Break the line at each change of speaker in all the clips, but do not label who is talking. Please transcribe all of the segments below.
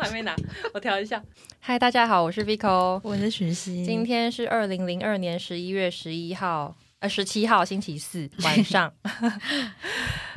哎没拿， 我调一下。
嗨，大家好，我是 Vico，
我是许昕。
今天是二零零二年十一月十一号，呃，十七号星期 四晚上，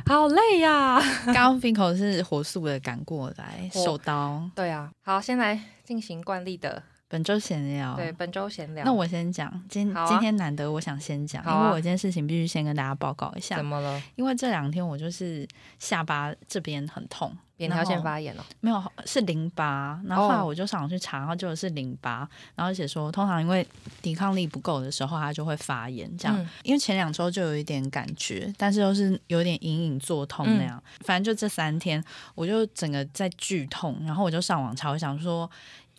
好累呀、
刚刚 Finko 是火速的赶过来，
火
手刀。
对啊，好，先来进行惯例的
本周闲聊，
对本周闲聊。
那我先讲。今、
好啊
今天难得，我想先讲，
好啊
因为我有件事情必须先跟大家报告一下
怎。么了？
因为这两天我就是下巴这边很痛，
扁桃腺
然后
发炎哦，
没有，是淋巴。然后
哦
后来我就上网去查，然后就是淋巴，然后写说通常因为抵抗力不够的时候，它就会发炎这样。
嗯
因为前两周就有一点感觉，但是又是有点隐隐作痛
嗯
那样。反正就这三天，我就整个在剧痛，然后我就上网查，我想说，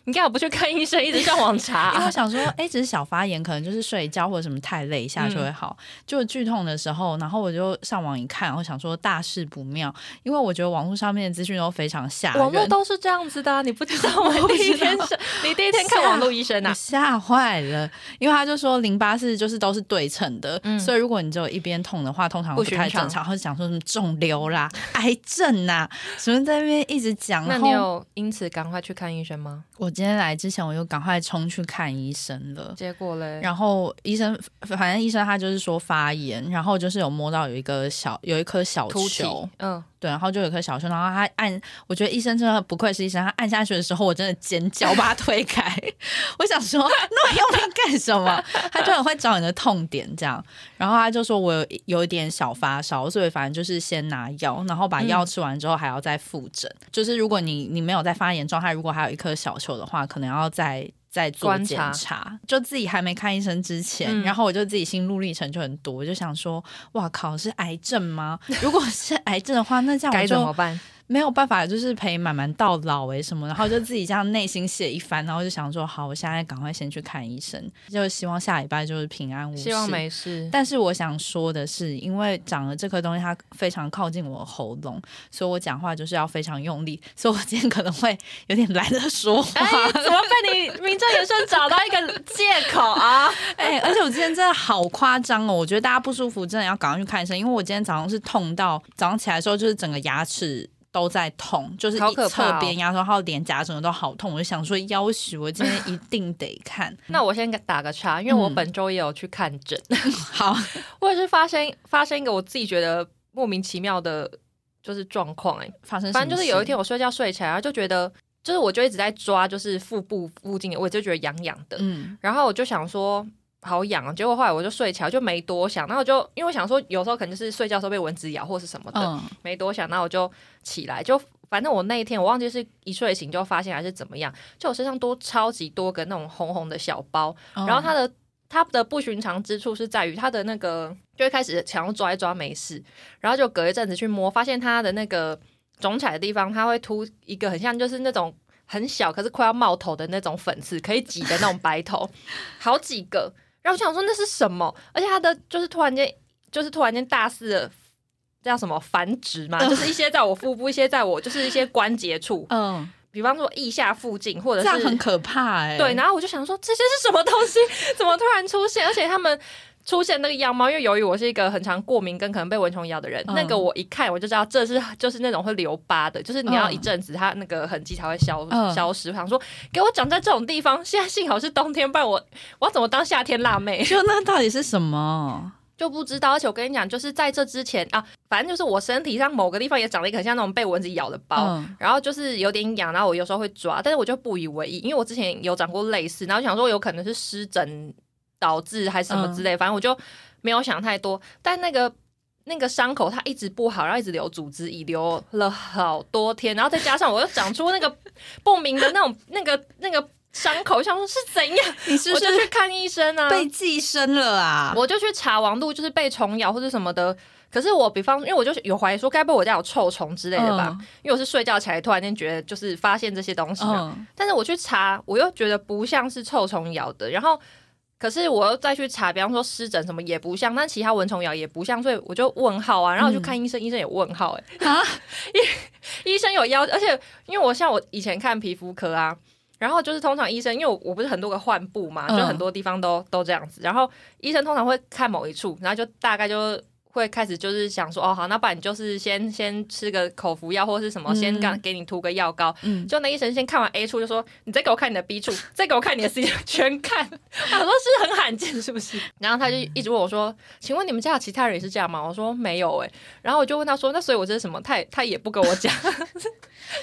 你干嘛不去看医生，一直上网
因为
查
我？想说，哎、只是小发炎，可能就是睡觉或者什么太累一下就会好。
嗯
就剧痛的时候，然后我就上网一看，我想说大事不妙，因为我觉得网络上面的资讯都非常 吓人，
网络都是这样子的啊、你不知道 我第一天是， 你第一天看网络医生
我
啊？
吓坏了，因为他就说淋巴是就是都是对称的，
嗯
所以如果你只有一边痛的话，通常
不
不
寻
太正
常
常，或者讲说什么肿瘤 啦、癌症啦，什么在那边一直讲。
那
然
你
后
有因此赶快去看医生吗？
我今天来之前，我就赶快冲去看医生了。
结果嘞，
然后医生，反正医生他就是说发炎，然后就是有摸到有一个小有一颗小
凸起
球，，
嗯，
对，然后就有一颗小球，然后他按，我觉得医生真的不愧是医生，他按下去的时候，我真的尖叫，我把他推开， 我想说那么用力干什么？他就很会找你的痛点这样，然后他就说我有有一点小发烧，所以反正就是先拿药，然后把
嗯
药吃完之后还要再复诊，就是如果你你没有在发炎状态，如果还有一颗小球的话，可能要再。再做
观
检
察
查，就自己还没看医生之前，
嗯
然后我就自己心路历程就很多，我就想说，哇靠，是癌症吗？ 如果是癌症的话，那这样
该
我
怎么
就
办？
没有办法，就是陪满满到老诶、什么，然后就自己这样内心写一番，然后就想说，好，我现在赶快先去看医生，就希望下礼拜就是平安无事。
希望没事。
但是我想说的是，因为长了这颗东西，它非常靠近我的喉咙，所以我讲话就是要非常用力，所以我今天可能会有点懒得说话。
哎怎么被你名正言顺找到一个借口啊？
哎、而且我今天真的好夸张哦！我觉得大家不舒服，真的要赶快去看医生，因为我今天早上是痛到早上起来的时候，就是整个牙齿。都在痛，就是
好可
一
怕哦
侧边牙齿还有脸颊整个都好痛，我就想说，要许我今天一定得看。
那我先打个岔，因为我本周也有去看诊，
好，
我也是发生发生一个我自己觉得莫名其妙的，就是状况哎，
发生什么
反正就是
事
有一天我睡觉睡起来，然后就觉得，就是我就一直在抓，就是腹部附近的位置，就觉得痒痒的，
嗯，
然后我就想说。好痒啊！结果后来我就睡起来，就没多想，然后我就因为我想说，有时候可能就是睡觉的时候被蚊子咬或是什么的，
嗯，
没多想，那我就起来，就反正我那一天我忘记是一睡醒就发现还是怎么样，就我身上多超级多个那种红红的小包，
嗯
然后它的它的不寻常之处是在于它的那个就会开始想要抓一抓没事，然后就隔一阵子去摸，发现它的那个肿起来的地方，它会凸一个很像就是那种。很小，可是快要冒头的那种粉刺，可以挤的那种白头， 好几个。然后我想说那是什么？而且它的就是突然间，就是突然间大肆的叫什么繁殖 嘛，就是一些在我腹部，一些在我就是一些关节处，
嗯，
比方说腋下附近，或者
这样很
是
可怕哎、
对。，然后我就想说这些是什么东西？ 怎么突然出现？而且他们。出现那个样貌，因为由于我是一个很常过敏跟可能被蚊虫咬的人，
嗯
那个我一看我就知道这是就是那种会留疤的，就是你要
嗯
一阵子它那个痕迹才会消、
嗯
消失。我想说给我长在这种地方，现在幸好是冬天，不然我我要怎么当夏天辣妹？
就那到底是什么？
就不知道。而且我跟你讲，就是在这之前啊，反正就是我身体上某个地方也长了一个很像那种被蚊子咬的包。
嗯
然后就是有点痒，然后我有时候会抓，但是我就不以为意，因为我之前有长过类似，然后想说有可能是湿疹导致还是什么
嗯
之类，反正我就没有想太多。但那个那个伤口它一直不好，然后一直留组织遗留了好多天，然后再加上我又长出那个不明的那种 那个那个伤口，我想说是怎样，
你是
我
不
就去
是
看医生啊，
被寄生了啊？
我就去查网路，就是被虫咬或者什么的。可是我比方，因为我就有怀疑说，该不会我家有臭虫之类的吧？因为我是睡觉起来突然间觉得就是发现这些东西
嗯，
嘛。
嗯，
但是我去查，我又觉得不像是臭虫咬的，然后。可是我又再去查，比方说湿疹什么也不像，但其他蚊虫咬也不像，所以我就问号啊。然后我去看医生，医生也问号、欸，哎、
嗯啊
医医生有要，而且因为我像我以前看皮肤科啊，然后就是通常医生，因为我我不是很多个患部嘛，就
嗯
很多地方都、都这样子，然后医生通常会看某一处，然后就大概就会开始就是想说，哦，好，那不然你就是先先吃个口服药或是什么，
嗯
先干给你涂个药膏。
嗯，
就那医生先看完 A 处就说，你再给我看你的 B 处，再给我看你的 C 处，全看。 他说是很罕见，是不是？然后他就一直问我说，请问你们家有其他人也是这样吗？我说没有哎、然后我就问他说，那所以我这是什么？他也他也不跟我讲，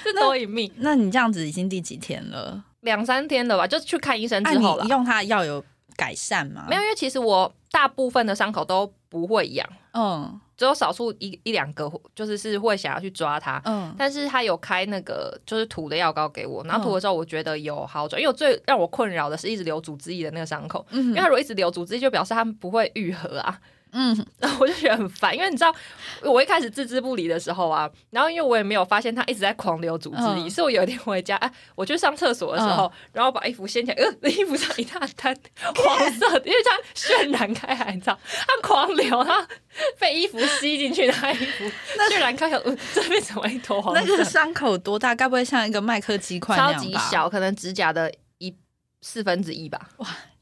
这都隐秘。
那你这样子已经第几天了？
两三天了吧，就去看医生
那
之后了。
啊你用它的药有改善吗？
没有，，因为其实我大部分的伤口都不会痒，
嗯
只有少数一一两个就是是会想要去抓它。
嗯，
但是他有开那个就是涂的药膏给我，然
嗯
后涂的时候我觉得有好转，因为我最让我困扰的是一直流组织液的那个伤口，
嗯
因为它如果一直流组织液，就表示它不会愈合啊，
嗯
然后我就觉得很烦，因为你知道我一开始置之不理的时候啊，然后因为我也没有发现它一直在狂流组织液，
嗯
所以我有一天回家，哎、我去上厕所的时候，然后把衣服掀起来，呃， 衣服上一大 滩黄色的，因为它渲染开来，你知道，它狂流，它被衣服吸进去，它衣 服渲染开来，呃，这边怎么一坨黄色？
那个伤口多大？该不会像一个麦克鸡块那
超
样
级
吧？
小，可能指甲的一四分之一吧。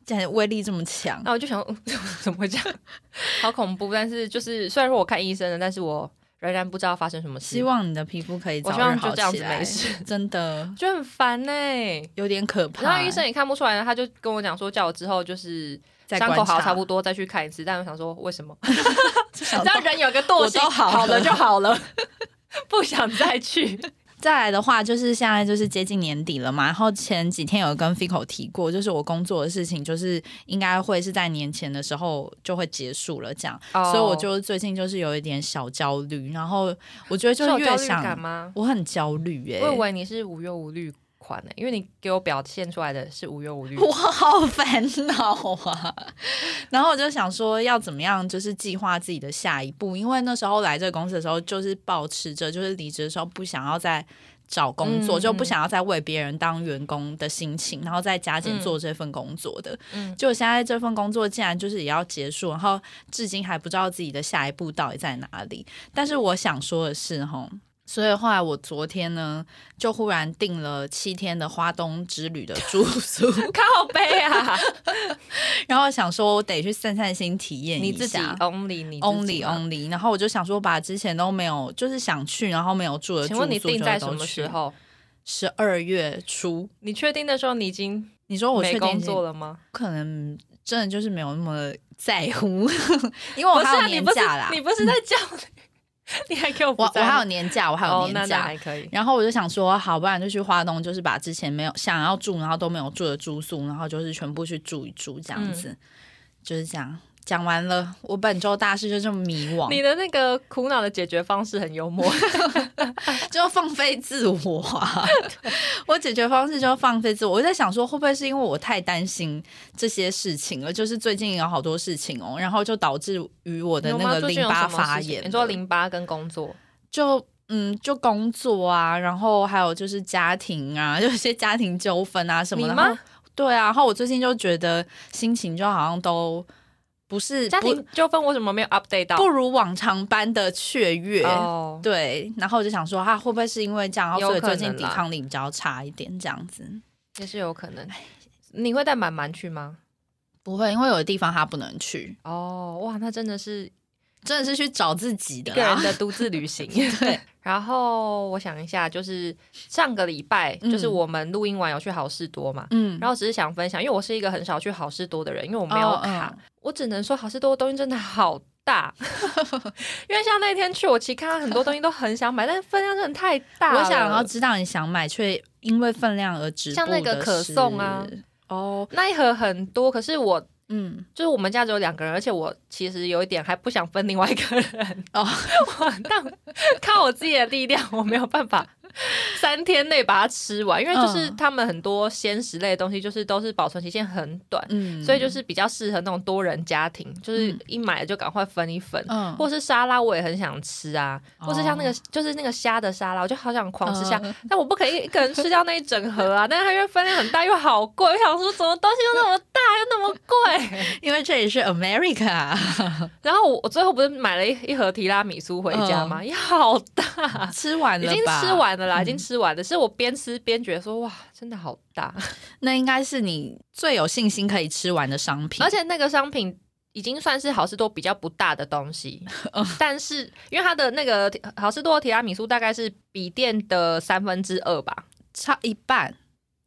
竟然威力这么强
那我就想， 嗯怎么会这样？ 好恐怖！但是就是，虽然说我看医生了，但是我仍然不知道发生什么事。
希望你的皮肤可以早
我希
日
望就
好
这样
起
子
来
没，事，
真的
就很烦呢、
有点可怕。
然后医生也看不出来，他就跟我讲说，叫我之后就是
在
伤口好差不
多，
多再去看一次。但我想说，为什么？
至
你
少
知道人有个惰性，
我都好了
就好 了，不想再去。
再来的话，就是现在就是接近年底了嘛，然后前几天有跟 Fico 提过，就是我工作的事情，就是应该会是在年前的时候就会结束了，这样
哦
所以我就最近就是有一点小焦虑，然后我觉得
就有
就是
焦
越
虑感
想
吗？
我很焦虑哎、
我以为你是无忧无虑款欸呢、因为你给我表现出来的是无忧无虑。
我好烦恼啊！然后我就想说，要怎么样就是计划自己的下一步，因为那时候来这个公司的时候，就是保持着就是离职的时候不想要再找工
嗯
作，就不想要再为别人当员工的心情，然后再加减做这份工作的。
嗯
就现在这份工作竟然就是也要结束，然后至今还不知道自己的下一步到底在哪里。但是我想说的是，吼。所以后来我昨天呢，就忽然订了七天的花东之旅的住宿，
靠背 啊，
然后想说我得去散散心，体验
你
一
自己
下。
only 你自
only
己啊吗
only，然后我就想说，把之前都没有，就是想去，然后没有住的住
请
宿
问你定在什么时？候？
十二月初。
你确定的时候你已经
你哦说我确
没
定
工作
了，
了吗？
可能真的就是没有那么在乎， 因为我
不是
哦还有
啊，你
年
不是
假啦，
你 不是在叫你，还给我不
我我
在
还有
乎
年假，我还有
哦，那
年
那
假，
还可以。
然后我就想说，好，不然就去花东，就是把之前没有想要住，然后都没有住的住宿，然后就是全部去住一住，这样子，就是这样。讲完了，我本周大事就这么迷惘，
你的那个苦恼的解决方式很幽默，
就放飞自我、啊。 我解决方式就是放飞自我。我在想说，会不会是因为我太担心这些事情了？就是最近有好多事情哦，然后就导致于我的
有吗
那个
最近
淋
有
巴
什么
发
事情
炎。
你说淋巴跟工作，
就嗯，就工作啊，然后还有就是家庭啊，有一些家庭纠纷啊什么的。
你吗
然后对啊，然后我最近就觉得心情就好像都不是
家庭纠纷为什么没有 update 到
不？不如往常般的雀跃。
哦，
对，然后我就想说，啊，会不会是因为这样，然后所以
有可
最
能
近抵
啦
抗力比较差一点，这样子
也是有可能。你会带满满去吗？
不会，因为有的地方他不能去，
哦，哇，那真的是
真的是去找自己 的啊
一个人
啦。
的独自旅行。
对，
然后我想一下，就是上个礼拜，
嗯
就是我们录音完有去好事多嘛，
嗯，
然后只是想分享，因为我是一个很少去好事多的人，因为我没有
哦
卡，我只能说好事多的东西真的好 大，因为像那天去，我其实看到很多东西都很想买，但是分量真的太大了。
嗯我想要知道你想买，却因为分量而止步
像那个
的
可
是
颂啊，
哦，
那一盒很多，可是我
嗯，
就是我们家只有两个人，而且我其实有一点还不想分另外一个人
哦，
我 但靠我自己的力量，我没有办法三天内把它吃完，因为就是
嗯
他们很多鲜食类的东西，就是都是保存期限很短，
嗯，
所以就是比较适合那种多人家庭，就是
嗯
一买了就赶快分一分。
嗯
或是沙拉，我也很想吃啊，
哦嗯
或是像那个就是那个虾的沙拉，我就好想狂吃虾，但我不可以一个人吃掉那一整盒啊！但是它因为分量很大，又好贵，我想说怎么东西又那么大又那么 贵。
因为这里是 America，啊
然后我我最后不是买了一一盒提拉米苏回家吗？也好大，
吃嗯完
已
了
经
吧？嗯
吃，完了啦，已经吃完了。是我边吃边觉得说哇，真的好 大，
那应该是你最有信心可以吃完的商品。
而
且
且那个商品。已经算是好事多比较不大的东 西，
嗯
但是因为它的那个好事多的提拉米苏大概是笔电的三分之二吧，
差一半，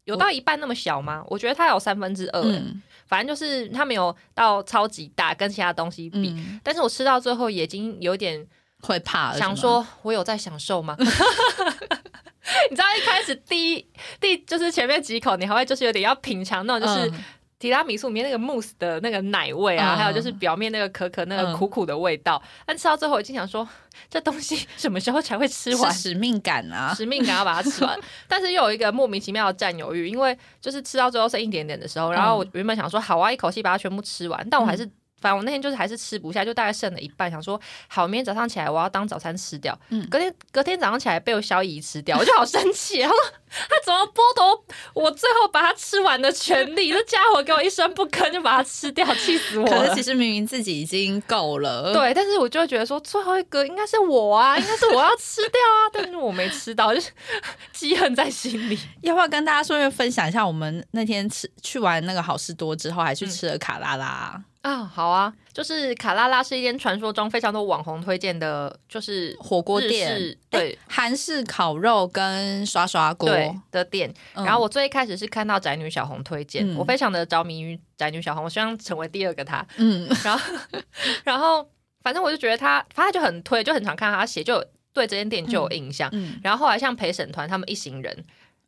有到一半那么小吗？我觉得它有三分之二，欸
嗯
反正就是它没有到超级大，跟其他东西比。
嗯，
但是我吃到最后也已经有点
会怕了
想
是吗
说，我有在享受 吗？ 你知道一开始第一第就是前面几口，你还会就是有点要品尝那种就是
嗯
提拉米苏里面那个慕斯的那个奶味啊，
嗯
还有就是表面那个可可那个
嗯
苦苦的味道，但吃到最后已经想说，这东西什么时候才会吃完
是？使命感 啊，
使命感要把它吃完，但是又有一个莫名其妙的占有欲，因为就是吃到最后剩一点点的时候，然后我原本想说好啊，一口气把它全部吃完，但我还是，反正我那天就是还是吃不下，就大概剩了一半，想说好，明天早上起来我要当早餐吃掉，
嗯
隔天隔天早上起来被我小姨吃掉，我就好生气，他说他怎么剥夺我最后把它吃完的权利？这家伙给我一声不吭就把它吃掉，气死我
可
了
是其！实明明自己已经够了，，
对，但是我就会觉得说，最后一个应该是我啊，应该是我要吃掉啊，但是我没吃到，就是 记恨在心里。
要不要跟大家顺便分享一下，我们那天吃去完那个好事多之后，还去
嗯
吃了卡拉拉、
啊，好啊，就是卡拉拉是一间传说中非常多网红推荐的，就是
火锅
日
店
式，对
韩式烤肉跟刷刷锅，
对的店。
嗯
然后我最一开始是看到宅女小红推荐，
嗯
我非常的着迷于宅女小红，我希望成为第二个 她。
嗯
然后，然后反正我就觉得她，反正她就很推，就很常看她写，就有对这间店就有印象。
嗯，
然后后来像陪审团他们一行人，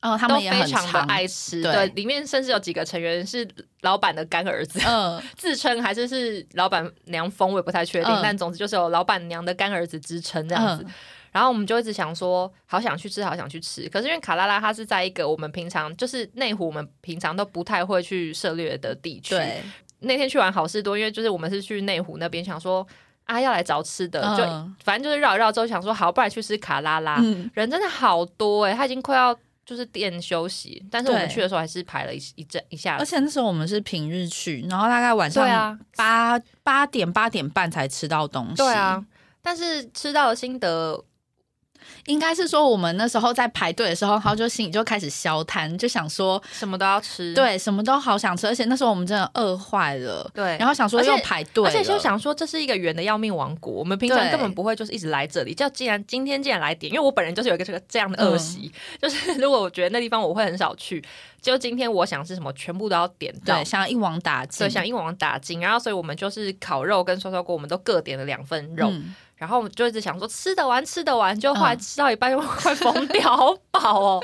哦，他
都
们也
非
很
常的
常
爱吃，
对
对，里面甚至有几个成员是老板的干儿子，
嗯
自称还是是老板娘封，我也不太确定，
嗯
但总之就是有老板娘的干儿子之称这样子。然后我们就一直想说，好想去吃，好想去吃。可是因为卡拉拉它是在一个我们平常就是内湖，我们平常都不太会去涉猎的地区。
对，
那天去玩好事多，因为就是我们是去内湖那边，想说啊要来找吃的，就啊
嗯
反正就是绕一绕之后想说，好，不然去吃卡拉拉。
嗯，
人真的好多哎、欸，他已经快要就是店休息，但是我们
对
去的时候还是排了一一阵一下
而。且那时候我们是平日去，然后大概晚
对
上
啊，
八八点八点半才吃到东西，
对，啊，但是吃到的心得，
应该是说我们那时候在排队的时候，然后就心里就开始消摊，就想说
什么都要吃。
对什么都好想吃，而且那时候我们真的饿坏了。
对，
然后想说
而且
又排队了，
而且就想说这是一个圆的要命王国，我们平常
对
根本不会就是一直来这里。就既然今天既然来点，因为我本人就是有一个这个这样的恶习，就是如果我觉得那地方我会很少去，就今天我想吃什么全部都要点到
对，。想要一网打尽，
所以想一网打尽，然后所以我们就是烤肉跟涮烧锅，我们都各点了两份肉，
嗯
然后我就一直想说吃得完吃得完，就后来
嗯
吃到一半又快疯掉，好饱哦。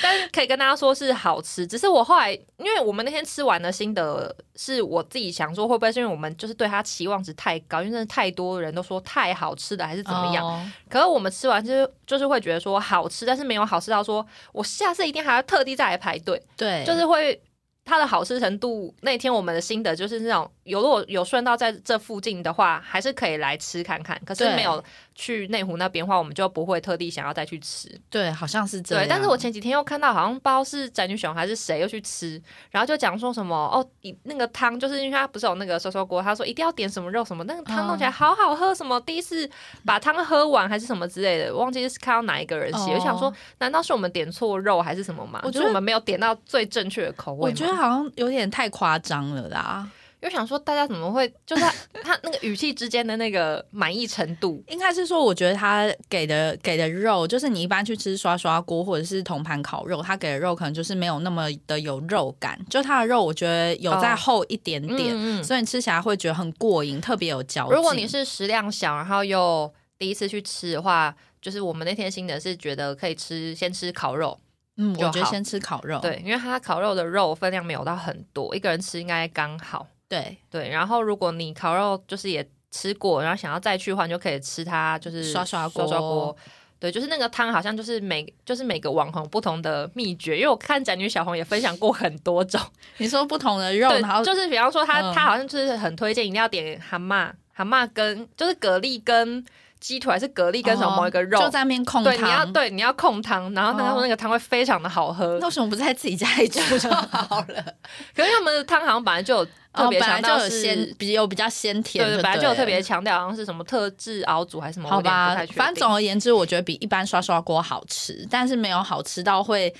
但是可以跟大家说是好吃，只是我后来因为我们那天吃完的心得是我自己想说会不会是因为我们就是对它期望值太高，因为真的太多人都说太好吃了还是怎么样。
哦
可是我们吃完就是就是会觉得说好吃，但是没有好吃到说我下次一定还要特地再来排队，
对，
就是会。它的好吃程度，那天我们的心得就是那种有如果有顺道在这附近的话，还是可以来吃看看。可是
对
没有去内湖那边的话，我们就不会特地想要再去吃。
对，好像是这样。
对，但是我前几天又看到，好像不知道是宅女熊还是谁又去吃，然后就讲说什么哦，一那个汤就是因为它不是有那个收收锅，他说一定要点什么肉什么，那个汤弄起来好好喝，什么第一次把汤喝完还是什么之类的，忘记是看到哪一个人写，
哦
我想说难道是我们点错肉还是什么嘛？
我觉
就
得
是我们没有点到最正确的口味
我
嘛。
觉得好像有点太夸张了啦，
又想说大家怎么会就是他他那个语气之间的那个满意程度，
应该是说，我觉得他给的给的肉，就是你一般去吃刷刷锅或者是铜盘烤肉，他给的肉可能就是没有那么的有肉感，就它的肉我觉得有再
哦
厚一点点，
嗯嗯
所以你吃起来会觉得很过瘾，特别有嚼劲。
如果你是食量小，然后又第一次去吃的话，就是我们那天新的是觉得可以吃，先吃烤肉，
嗯，
就
我觉得
好
先吃烤肉，
对，因为它烤肉的肉分量没有到很多，一个人吃应该刚好。
对，
对，然后如果你烤肉就是也吃过，然后想要再去的话，你就可以吃它就是
刷刷锅
刷刷锅。对，就是那个汤，好像就是每就是每个网红不同的秘诀，因为我看宅女小红也分享过很多种，
你说不同的肉，然后
对，就是比方说他、
嗯
他好像就是很推荐一定要点蛤蟆，蛤蟆跟就是蛤蜊跟鸡腿还是蛤蜊跟什么
哦
某一个肉，
就在那边控
对，你要
汤。
对你要控汤，然后他说
哦
那个汤会非常的好喝，
那为什么不在自己家 里煮就好了？
可是他们的汤好像本来就有特
哦，
别
本
强
来就
调
有
是。
鲜，比有比较鲜甜
对
对
对，
了，
本来就有特别强调，好像是什么特制熬煮还是什么，我
好
有点不
吧
太确，定
反正总而言之，我觉得比一般刷刷锅好吃，但是没有好吃到会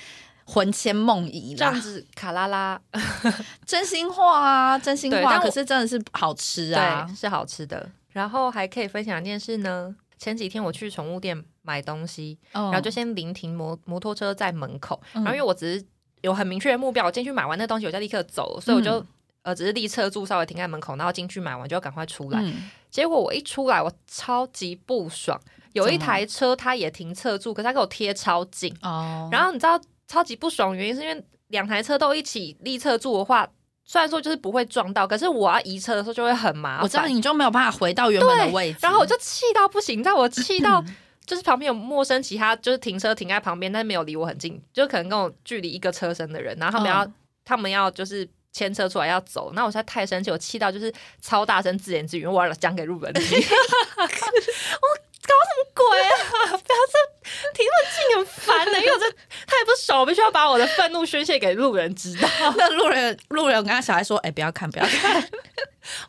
魂牵梦萦
这
啦
样。子卡拉拉，
真心话啊，真心
对
话，
但我
可是真的是好吃啊
对，。是好吃的。然后还可以分享一件事呢，前几天我去宠物店买东西，
然
然后就先临停摩摩托车在门口，
哦嗯
然后因为我只是有很明确的目标，我进去买完那东西我就立刻走了，所以我
嗯
就、呃只是立车住稍微停在门口，然后进去买完就要赶快出来。
嗯
结果我一出来我超级不爽，有一
怎么
台车它也停侧住，可是它给我贴超近，
哦，
然后你知道超级不爽的原因是因为两台车都一起立侧住的话。虽然说就是不会撞到，可是我要移车的时候就会很麻烦。
我知道你就没有办法回到原本的
对
位置，
然后我就气到不行，你知道我气到就是旁边有陌生其他就是停车停在旁边，但是没有离我很近，就可能跟我距离一个车身的人，然后他们要、
嗯
他们要就是。牵车出来要走，那我实在太生气，我气到就是超大声自言自语，我要讲给日本人听。我搞什么鬼啊！不要这停那么近很烦欸的、因为我这太不爽，我必须要把我的愤怒宣泄给路人知道。
那路人路人跟他小孩说：“哎，不要看，不要看。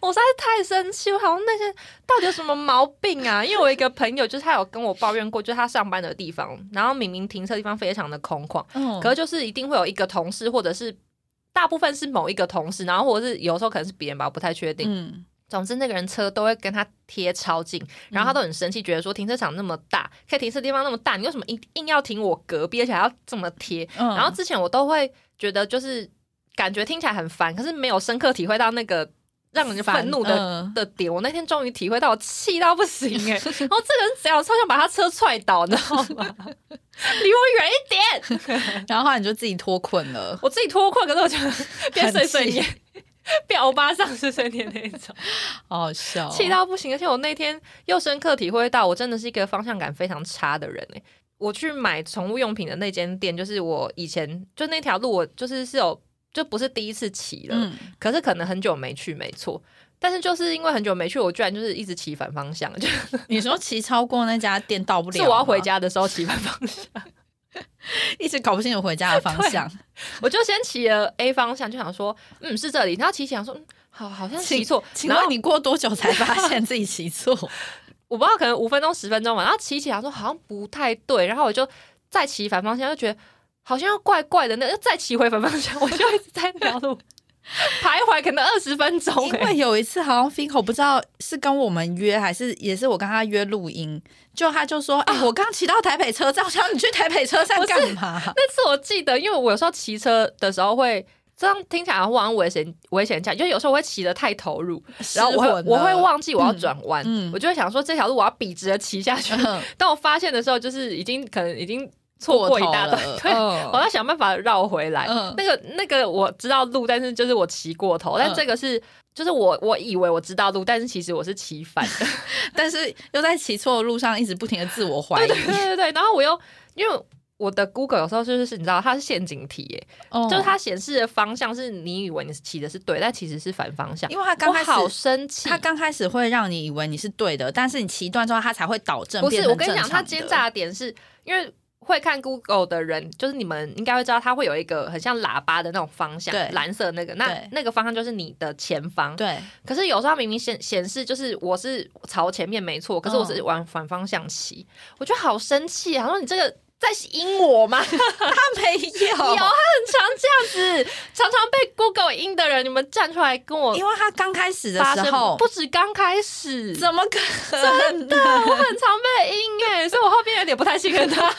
我实在是太生气，我好像那些到底有什么毛病啊？ 因为我有一个朋友，就是他有跟我抱怨过，就是他上班的地方，然后明明停车地方非常的空旷，”
嗯
可是就是一定会有一个同事，或者是大部分是某一个同事，然后或者是有时候可能是别人吧，我不太确定。
嗯，
总之那个人车都会跟他贴超近，然后他都很生气，觉得说停车场那么大，可以停车地方那么大，你为什么硬硬要停我隔壁，而且还要这么贴？
嗯
然后之前我都会觉得就是感觉听起来很烦，可是没有深刻体会到那个让人
烦
愤怒的
嗯
的点。我那天终于体会到，我气到不行哎、然后这个人怎样，我超想把他车踹倒，你知道吗？离我远一点，
然后后来你就自己脱困了。
我自己脱困，可是我就变碎碎念。变欧巴上碎碎念那一种，
好好笑哦、
气到不行。而且我那天又深刻体会到，我真的是一个方向感非常差的人哎、我去买宠物用品的那间店，就是我以前就那条路，我就是是有就不是第一次骑了，
嗯，
可是可能很久没去，没错。但是就是因为很久没去，我居然就是一直骑反方向，就
你说骑超过那家店到不了，
是我要回，家的时候骑反方向。
一直搞不清楚回家的方向，
我就先骑了 A 方向，就想说，嗯，是这里。然后骑起来说，嗯，好，好像骑错。
请
然后
问你过多久才发现自己 骑错？
我不知道，可能五分钟、十分钟吧。然后骑起来说好像不太对，然后我就再骑反方向，就觉得好像要怪怪的。那又再骑回反方向，我 就一直在那条路徘徊，可能二十分钟、
因
欸。
为有一次好像 Fico 不知道是跟我们约还是也是我跟他约录音，就他就说：“哎、
啊
我刚骑到台北车站，我想你去台北车站干嘛
那次我记得，因为我有时候骑车的时候会。这样听起来会好像危险危险驾，就有时候我会骑得太投入，？”然后我
失
会
魂了
我会，忘记我要转弯，
嗯嗯
我就会想说这条路我要笔直的骑下去。
嗯
当我发现的时候，就是已经可能已经 错过一大段
过头了，
对，
嗯
我要想办法绕回来。
嗯
那个那个我知道路，但是就是我骑过头，但
嗯
这个是、就是我我以为我知道路，但是其实我是骑反 的。
但是又在骑错的路上一直不停的自我怀 疑，
对对对，然后我又因为。我的 Google 有时候就是是你知道它是陷阱题耶，
哦
就是它显示的方向是你以为你是骑的是对，但其实是反方向。
因为他刚开
我好
始。
生气，
他刚开始会让你以为你是对的，但是你骑一段之后，他才会导正。
不是，我跟你讲，
他
他奸诈的点是因为会看 Google 的人，就是你们应该会知道，它会有一个很像喇叭的那种方向
对，
蓝色那个，那
对
那个方向就是你的前方。
对，
可是有时候它明明显显示就是我是朝前面没错，可是我
嗯
只是往反方向骑，我觉得好生气啊！然后你这个。在阴我 吗？有，
他没有
他很常这样子，常常被 Google 阴的人，你们站出来跟我
因为他刚开始的
发
时
声，
候，
不止刚开 始，
怎么可能？的，
我很常被阴哎、所以我后边有点不太信任他。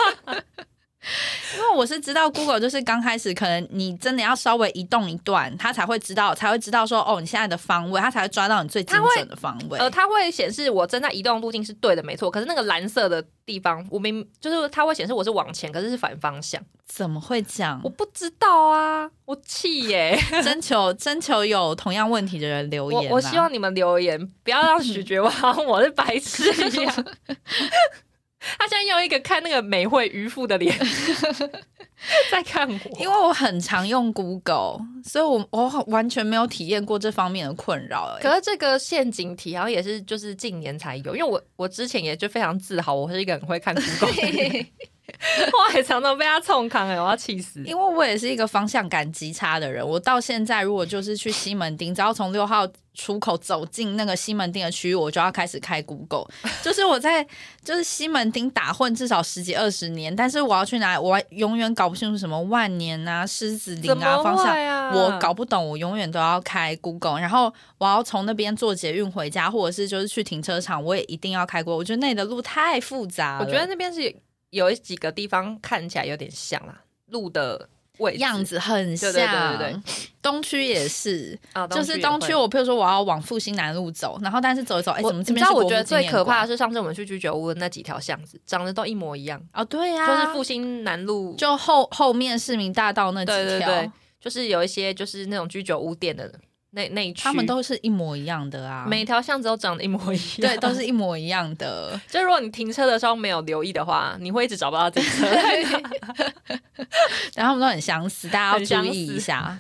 因为我是知道 Google 就是刚开始，可能你真的要稍微移动一段，他才会知道，才会知道说哦，你现在的方位，他才会抓到你最精准的方位。
呃，它会显示我正在移动路径是对的，没错。可是那个蓝色的地方，我明就是它会显示我是往前，可是是反方向。
怎么会讲
我？不知道啊，我气耶、
征求征求有同样问题的人留
我
言啦啊
我希望你们留言，不要让许觉得我好像 我是白痴一样。他现在用一个看那个美惠渔夫的脸 在看我，
因为我很常用 Google，所以我我完全没有体验过这方面的困扰、欸。
可是这个陷阱题好像也 是就是近年才有，因为我我之前也就非常自豪，我是一个很会看 Google 的人。我也常常被他冲康哎，我要气死。
因为我也是一个方向感极差的人，我到现在如果就是去西门町，只要从六号出口走进那个西门町的区域，我就要开始开 Google。就是我在就是西门町打混至少十几二十年，但是我要去哪里，我永远搞不清楚什么万年啊、狮子林
怎么
啊方向。
会啊？
我搞不懂，我永远都要开 Google，然后我要从那边坐捷运回家，或者是就是去停车场，我也一定要开过。我觉得那里的路太复杂了，
我觉得那边是有几个地方看起来有点像啦，路的位置
样子很像。
对对对对对
东区也是，
啊，
就是
也
东
会
区，我譬如说我要往复兴南路走，然后但是走一走，哎，
我
怎么
你
这
知
边
道
是
我
国
觉得
父纪
最
念
可
馆
怕的是上次我们去居酒屋的那几条巷子长得都一模一样，
哦，对呀、
就是复兴南路，
就后后面市民大道那几条，
对对对就是有一些就是那种居酒屋店的那那一区，
他们都是一模一样的啊，
每条巷子都长得一模一样，
对都是一模一样的。
就如果你停车的时候没有留意的话，你会一直找不到自己 车。
然后他们都很相似，大
很
家要
相
注
似
意一下。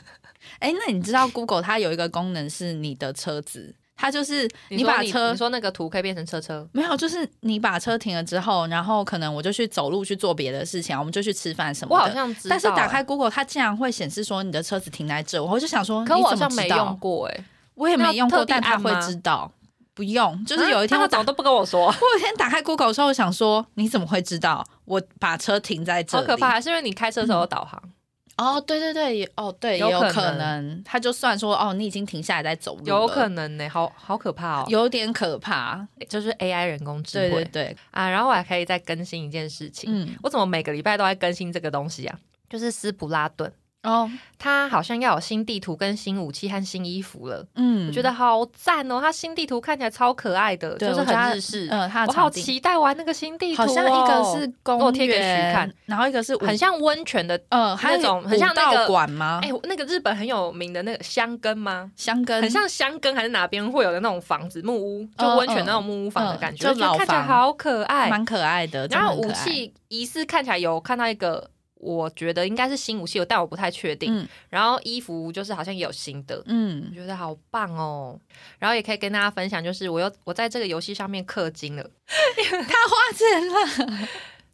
哎，那你知道 Google 它有一个功能是你的车子，它就是你
说
把
你
车
你说嗯那个图可以变成车车，
没有，就是你把车停了之后，然后可能我就去走路去做别的事情啊，我们就去吃饭什么
我
的。
好像知道、欸
但是打开 Google，它竟然会显示说你的车子停在这，我就想说，
欸，可
你
我好
怎么
像没
知道
用，过哎、欸，
我也没用
那
过，
要特地
但它
按
会
吗
知道。不用，就是有一天
啊他
我
怎
打，
么都不跟我说，
我有一天打开 Google 的时候，我想说，你怎么会知道我把车停在 这
好
里？
可怕，还是因为你开车的时候有导航。
哦，对对对，也哦对，也
有
有
可
可
能
能，他就算说哦，你已经停下来在走路了，
有可能呢、好好可怕哦！
有点可怕，
就是 AI 人工智
对
慧
对对，
啊，然后我还可以再更新一件事情，
嗯，
我怎么每个礼拜都在更新这个东西啊？就是斯普拉顿，
哦，
它好像要有新地图、跟新武器和新衣服了，
嗯，
我觉得好赞哦！它新地图看起来超可爱的，
对
就是
我觉得它
很日式，
嗯，他
我好期待玩那个新地图、
好
哦，
像一个是
我
公
贴给徐
园，
看
然后一个是舞
很像温泉的，
呃，还有
那种
一个
很像
武
那
道
个
馆吗？
哎、那个日本很有名的那个香根吗？
香根
很像香根还是哪边会有的那种房子木屋，就温泉那种木屋房的感觉，
嗯嗯嗯
我觉得看起来好可爱。
蛮可爱的，真
然
的
后
很
武
可爱，
器疑似看起来有看到一个，我觉得应该是新武器，但我不太确定。
嗯
然后衣服就是好像也有新的，我
嗯，
觉得好棒哦。然后也可以跟大家分享，就是我又我在这个游戏上面氪金了，
他花钱了，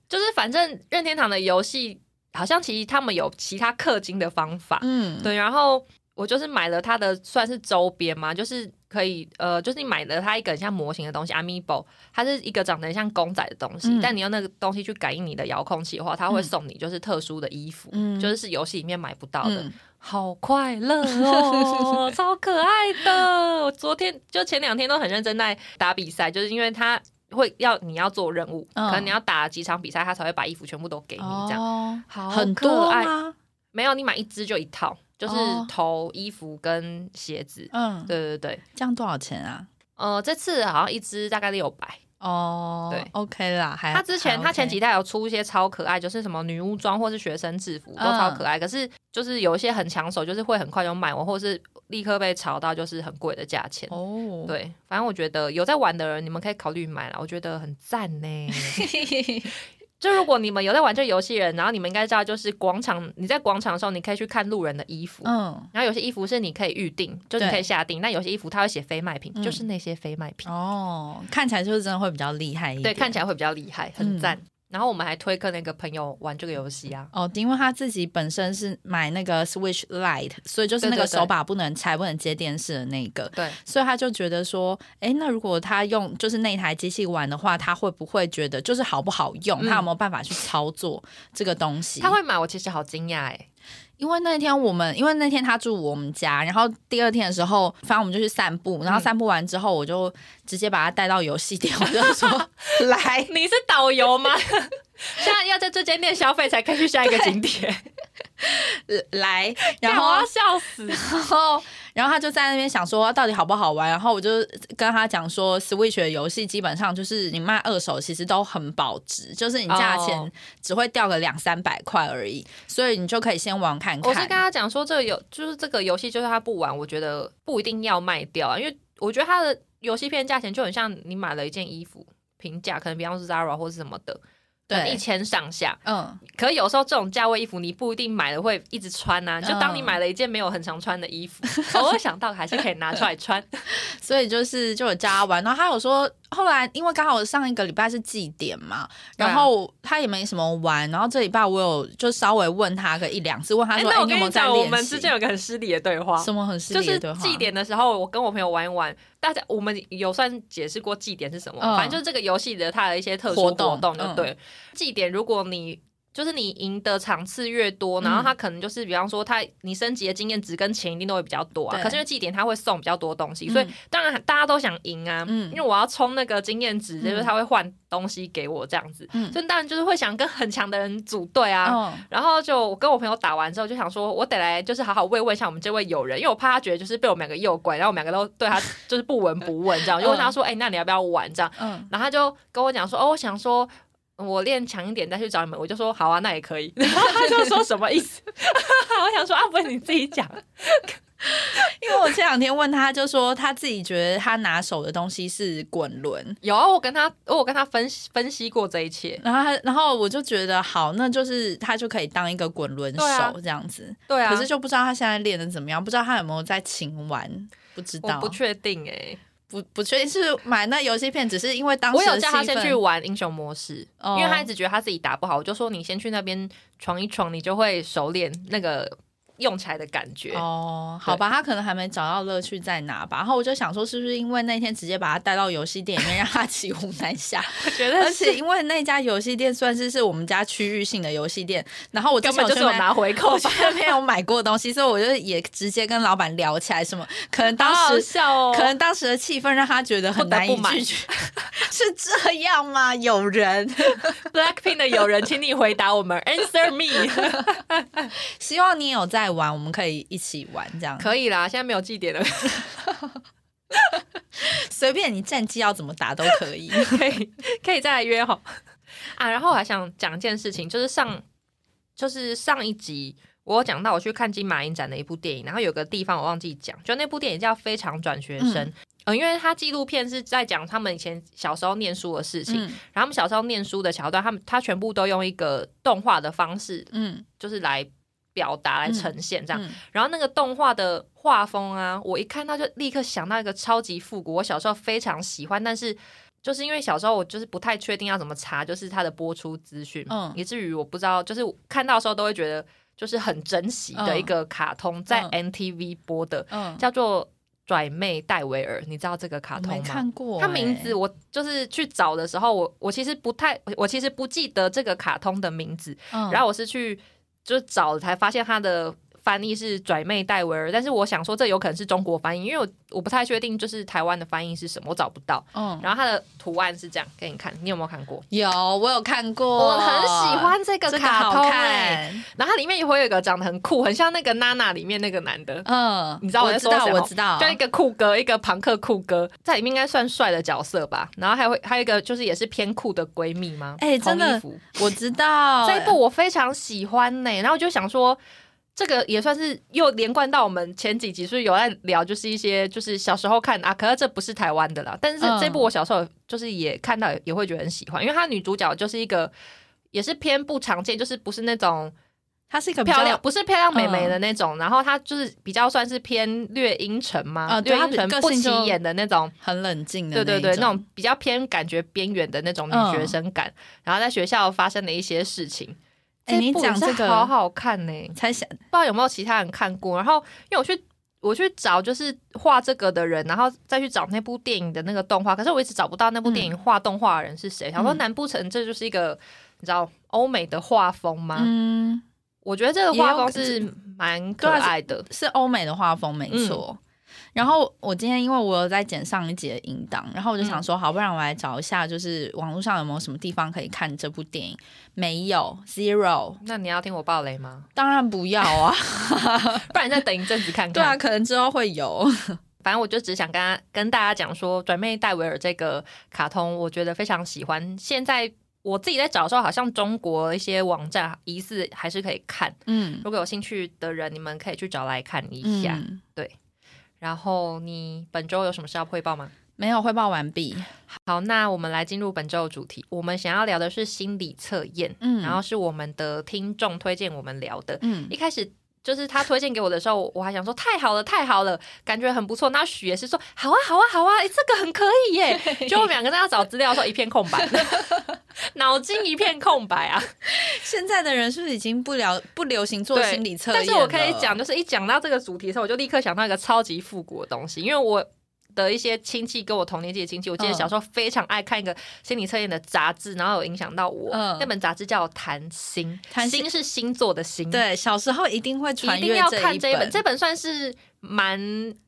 就是反正任天堂的游戏好像其实他们有其他氪金的方法，
嗯，
对，然后我就是买了它的算是周边嘛，就是可以呃，就是你买了它一个很像模型的东西，Amiibo，它是一个长得很像公仔的东西，
嗯
但你用那个东西去感应你的遥控器的话，它会
嗯
送你就是特殊的衣服，
嗯
就是是游戏里面买不到的，
嗯
好快乐 哦，超可爱的。我昨天就前两天都很认真在打比赛，就是因为它会要你要做任务，
嗯
可能你要打几场比赛，它才会把衣服全部都给你这样。
哦，
好
很
可
多
爱
吗？
没有，你买一只就一套，就是
哦
头、衣服跟鞋子。
嗯，
对对对，
这样多少钱啊？
呃，这次好像一只大概六百。
哦，
对
，OK 啦，还
它之前
还
它前
OK
几代有出一些超可爱，就是什么女巫装或是学生制服都超
嗯
可爱，可是就是有一些很抢手，就是会很快就卖完，或是立刻被炒到就是很贵的价钱。
哦，
对，反正我觉得有在玩的人，你们可以考虑买了，我觉得很赞呢。 就如果你们有在玩这个游戏人，然后你们应该知道，就是广场你在广场的时候，你可以去看路人的衣服，
嗯，
然后有些衣服是你可以预定，就你
对
可以下定，但有些衣服它会写非卖品，
嗯
就是那些非卖品，
哦，看起来就是真的会比较厉害一点，
对，看起来会比较厉害，
嗯
很赞。然后我们还推坑那个朋友玩这个游戏啊，
哦，因为他自己本身是买那个 Switch Lite，所以就是那
对
个
对对
手把不能拆、不能接电视的那个，
对，
所以他就觉得说，哎，那如果他用就是那台机器玩的话，他会不会觉得就是好不好用？
嗯
他有没有办法去操作这个东西？
他会买，我其实好惊讶哎，
因为那天我们，因为那天他住我们家，然后第二天的时候，反正我们就去散步，然后散步完之后，我就直接把他带到游戏店，我就说 来，
你是导游吗？ 现在要在这间店消费才可以去下一个景点，
呃 来，然
然后
后
我要笑死，
然后，然后他就在那边想说到底好不好玩，然后我就跟他讲说，Switch 的游戏基本上就是你卖二手其实都很保值，就是你价
哦
钱只会掉个两三百块而已，所以你就可以先玩看
我是跟
看。
他讲说，这个游就是这个游戏，就是他不玩，我觉得不一定要卖掉啊，因为我觉得他的游戏片价钱就很像你买了一件衣服，平价可能比方说 Zara 或是什么的，
对
一千上下。
嗯，
可有时候这种价位衣服，你不一定买了会一直穿呐、啊。就当你
嗯
买了一件没有很常穿的衣服，偶尔想到还是可以拿出来穿。
所以就是就有叫他玩，然后他有说，后来因为刚好上一个礼拜是祭典嘛，
对啊
然后他也没什么玩，然后这礼拜我有就稍微问他个一两次， 问他
哎
说，哎、
那我
你
跟
有没
你
有在
讲，我
练
们
习
之间有个很失礼的对 话，
什么很失
就
礼
是
的对话？
祭典的时候，我跟我朋友玩一玩，大家我们有算解释过祭典是什么，
嗯
反正就是这个游戏的它的一些特殊
活
活
动嗯
动就对了。祭典如果你就是你赢的场次越
嗯
多，然后它可能就是比方说它你升级的经验值跟钱一定都会比较多啊。
对
可是因为祭典它会送比较多东西，
嗯
所以当然大家都想赢啊，
嗯
因为我要冲那个经验值，就是他会换东西给我这样子，
嗯
所以当然就是会想跟很强的人组队啊。
嗯，
然后就我跟我朋友打完之后，就想说，我得来就是好好慰问一下我们这位友人，因为我怕他觉得就是被我们两个诱拐，然后我们两个都对他就是不闻不问这样，就问他说，哎、那你要不要玩这样？
嗯，
然后他就跟我讲说，哦，我想说。哦我练强一点再去找你们，我就说好啊，那也可以。 然后他就说什么意思？我想说啊，不是你自己讲，
因为我这两天问他，就说他自己觉得他拿手的东西是滚轮，
有啊，我跟他，我有跟他分析分析过这一切。
然后他，然后我就觉得好，那就是他就可以当一个滚轮
对啊
手这样子。
对啊，
可是就不知道他现在练的怎么样，不知道他有没有在勤玩，不知
我
道，
不确定哎、
不不确定是买那游戏片，只是因为当时
我有
的
叫他
戏
先
份
去，玩英雄模式，
哦
因为他一直觉得他自己打不好，我就说你先去那边闯一闯，你就会熟练那个用起来的感觉。
哦，好吧，他可能还没找到乐趣在哪吧。然后我就想说，是不是因为那天直接把他带到游戏店里面，让他骑虎 难下？
我觉
而且因为那家游戏店算是是我们家区域性的游戏店，然后我
根本就
就
是是有 拿回扣
我去那边有买过东西，所以我就也直接跟老板聊起来，什么可能
好
当
好
时
笑哦。
可能当时的气氛让他觉得很难以
不得不买
拒绝， 是这样吗？有人
Blackpink 的友人，请你回答我们 ，Answer me。
希望你有在玩，我们可以一起玩这样，
可以啦，现在没有祭典了，
随便你战绩要怎么打都可以。
可以可以再来约哈。啊，然后我还想讲一件事情，就是上就是上一集我有讲到我去看金马影展的一部电影，然后有个地方我忘记讲，就那部电影叫《非常转学生》。嗯因为他纪录片是在讲他们以前小时候念书的事情，
嗯
然后他们小时候念书的桥段，他们他全部都用一个动画的方式，
嗯，
就是来表达、来呈现这样。
嗯
然后那个动画的画风啊，我一看到就立刻想到一个超级复古，我小时候非常喜欢，但是就是因为小时候我就是不太确定要怎么查，就是它的播出资讯，
嗯
以至于我不知道，就是看到的时候都会觉得就是很珍惜的一个卡通，在
嗯
NTV 播的，
嗯，
叫做。拽妹戴维尔，你知道这个卡
我
通
没
吗？
看过、欸，
它名字我就是去找的时候，我我其实不太，我其实不记得这个卡通的名字，
嗯，
然后我是去就找才发现它的翻译是拽妹戴维尔，但是我想说这有可能是中国翻译，因为我我不太确定就是台湾的翻译是什么，我找不到。
嗯。
然后它的图案是这样，给你看，你有没有看过？
有，我有看过，
我很喜欢这个
这个
卡
好
通、欸，
看，
然后它里面也会有一个长得很酷，很像那个娜娜里面那个男的，
嗯，
你知道我
我
在
知
说
道，
什
我
么
知道，
就一个酷哥，一个朋克酷哥，在里面应该算帅的角色吧。然后还会还有一个就是也是偏酷的闺蜜吗？
哎
红
真的
衣服
我知道
这一部我非常喜欢呢、然后我就想说。这个也算是又连贯到我们前几集，是不是有在聊，就是一些就是小时候看啊，可是这不是台湾的啦。但是
嗯
这部我小时候就是也看到，也会觉得很喜欢，因为它女主角就是一个也是偏不常见，就是不是那种
它是一个比较嗯
漂亮，，不是漂亮美眉的那种，然后她就是比较算是偏略阴沉嘛，
啊对
略阴
她
沉
比个
不
性
起
就
眼的那种，
很冷静的
对
一种，
对对，那种嗯比较偏感觉边缘的那种女学生感，然后在学校发生的一些事情。
哎
这
你
部
讲
也是
这个
好好看呢、不知
猜想，
道有没有其他人看过。然后因为我去我去找就是画这个的人，然后再去找那部电影的那个动画，可是我一直找不到那部电影画动画的人是谁。想说难不成这就是一个你知道欧美的画风吗？
嗯，
我觉得这个画风是啊蛮可爱的。
是欧美的画风没
嗯
错。然后我今天因为我有在剪上一集的音档，然后我就
嗯
想说，好，不然我来找一下，就是网络上有没有什么地方可以看这部电影？没有，zero，
那你要听我爆雷吗？
当然不要啊。
不然再等一阵子看看。
对啊，可能之后会有。
反正我就只想跟他跟大家讲说，《转妹戴维尔》这个卡通，我觉得非常喜欢。现在我自己在找的时候，好像中国一些网站疑似还是可以看，
嗯，
如果有兴趣的人，你们可以去找来看一下。
嗯
然后你本周有什么事要汇报吗？
没有汇报完毕。
好，那我们来进入本周的主题。我们想要聊的是心理测验，
嗯
然后是我们的听众推荐我们聊的。
嗯，
一开始就是他推荐给我的时候，我还想说太好了，太好了，感觉很不错。那许也是说好啊，好啊，好啊，诶这个很可以耶。 就我们两个在那找资料的时候一片空白，脑筋一片空白啊。
现在的人是不是已经不聊不流行做
对
心理测验
但
了？
是我可以讲，就是一讲到这个主题的时候，我就立刻想到一个超级复古的东西，因为我。的一些亲戚跟我同年纪的亲戚，我记得
嗯
小时候非常爱看一个心理测验的杂志，然后有影响到我。
嗯
那本杂志叫《谈心》，
谈心
心是星座的星，
对，小时候一定会
嗯一
穿
定
越
要看这
一
本，这本算是蛮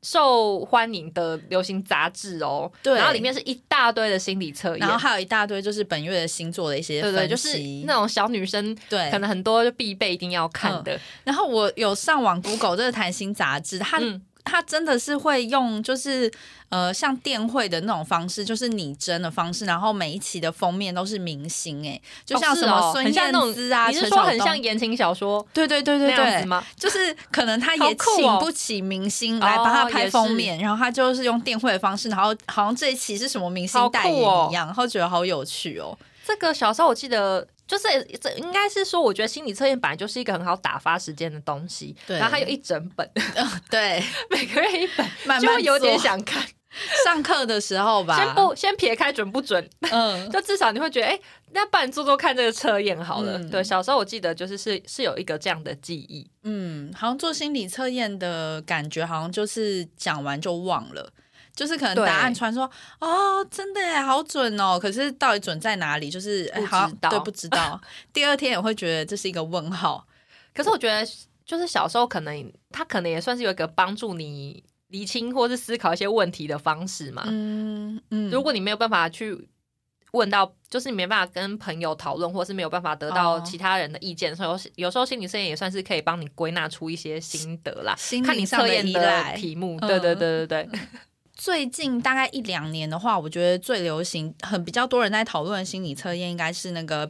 受欢迎的流行杂志哦。
对
然后里面是一大堆的心理测验
然后，还有一大堆就是本月的星座的一些
对对，
分
就是
析
那种小女生
对
可，能很多就必备一定要看的。
然后我有上网 Google 这个谈心杂志，它、
嗯
它真的是会用就是呃像电绘的那种方式，就是拟真的方式，然后每一期的封面都是明星、哎，就像
是
什么
哦
孙
很像
燕
那种
姿啊，
你是
陈
说
晓
很像
东。
言情小说
对对对
那
对
样子
对，
吗？
就是可能他
好
也
酷哦哦
请不起明星来帮他拍封面，然后他就是用电绘的方式，然后好像这一期是什么明
好
星
酷
代言
哦
一样，然后觉得好有 趣哦。
这个小时候我记得，就是这应该是说，我觉得心理测验本来就是一个很好打发时间的东西。
对
然后它有一整本，
对，
每个月一本，
慢慢
就会有点
做
想看。
上课的时候吧，
先不先撇开准不准，
嗯，
就至少你会觉得，哎、那不然做做看这个测验好了。
嗯
对，小时候我记得就是是是有一个这样的记忆，
嗯，好像做心理测验的感觉，好像就是讲完就忘了。就是可能
对
答案传说哦，真的耶好准哦，可是到底准在哪里？就是哎
不
好
知
像
道
对不知道。第二天也会觉得这是一个问号，
可是我觉得就是小时候可能它可能也算是有一个帮助你厘清或是思考一些问题的方式嘛。
嗯嗯
如果你没有办法去问到，就是你没办法跟朋友讨论，或是没有办法得到
哦
其他人的意见，所以有时有时候心理测验也算是可以帮你归纳出一些心得啦。
心
看你
理上
测
的
验
依
的
赖，
题目，
嗯
对对对对对，
最近大概一两年的话，我觉得最流行、很比较多人在讨论的心理测验，应该是那个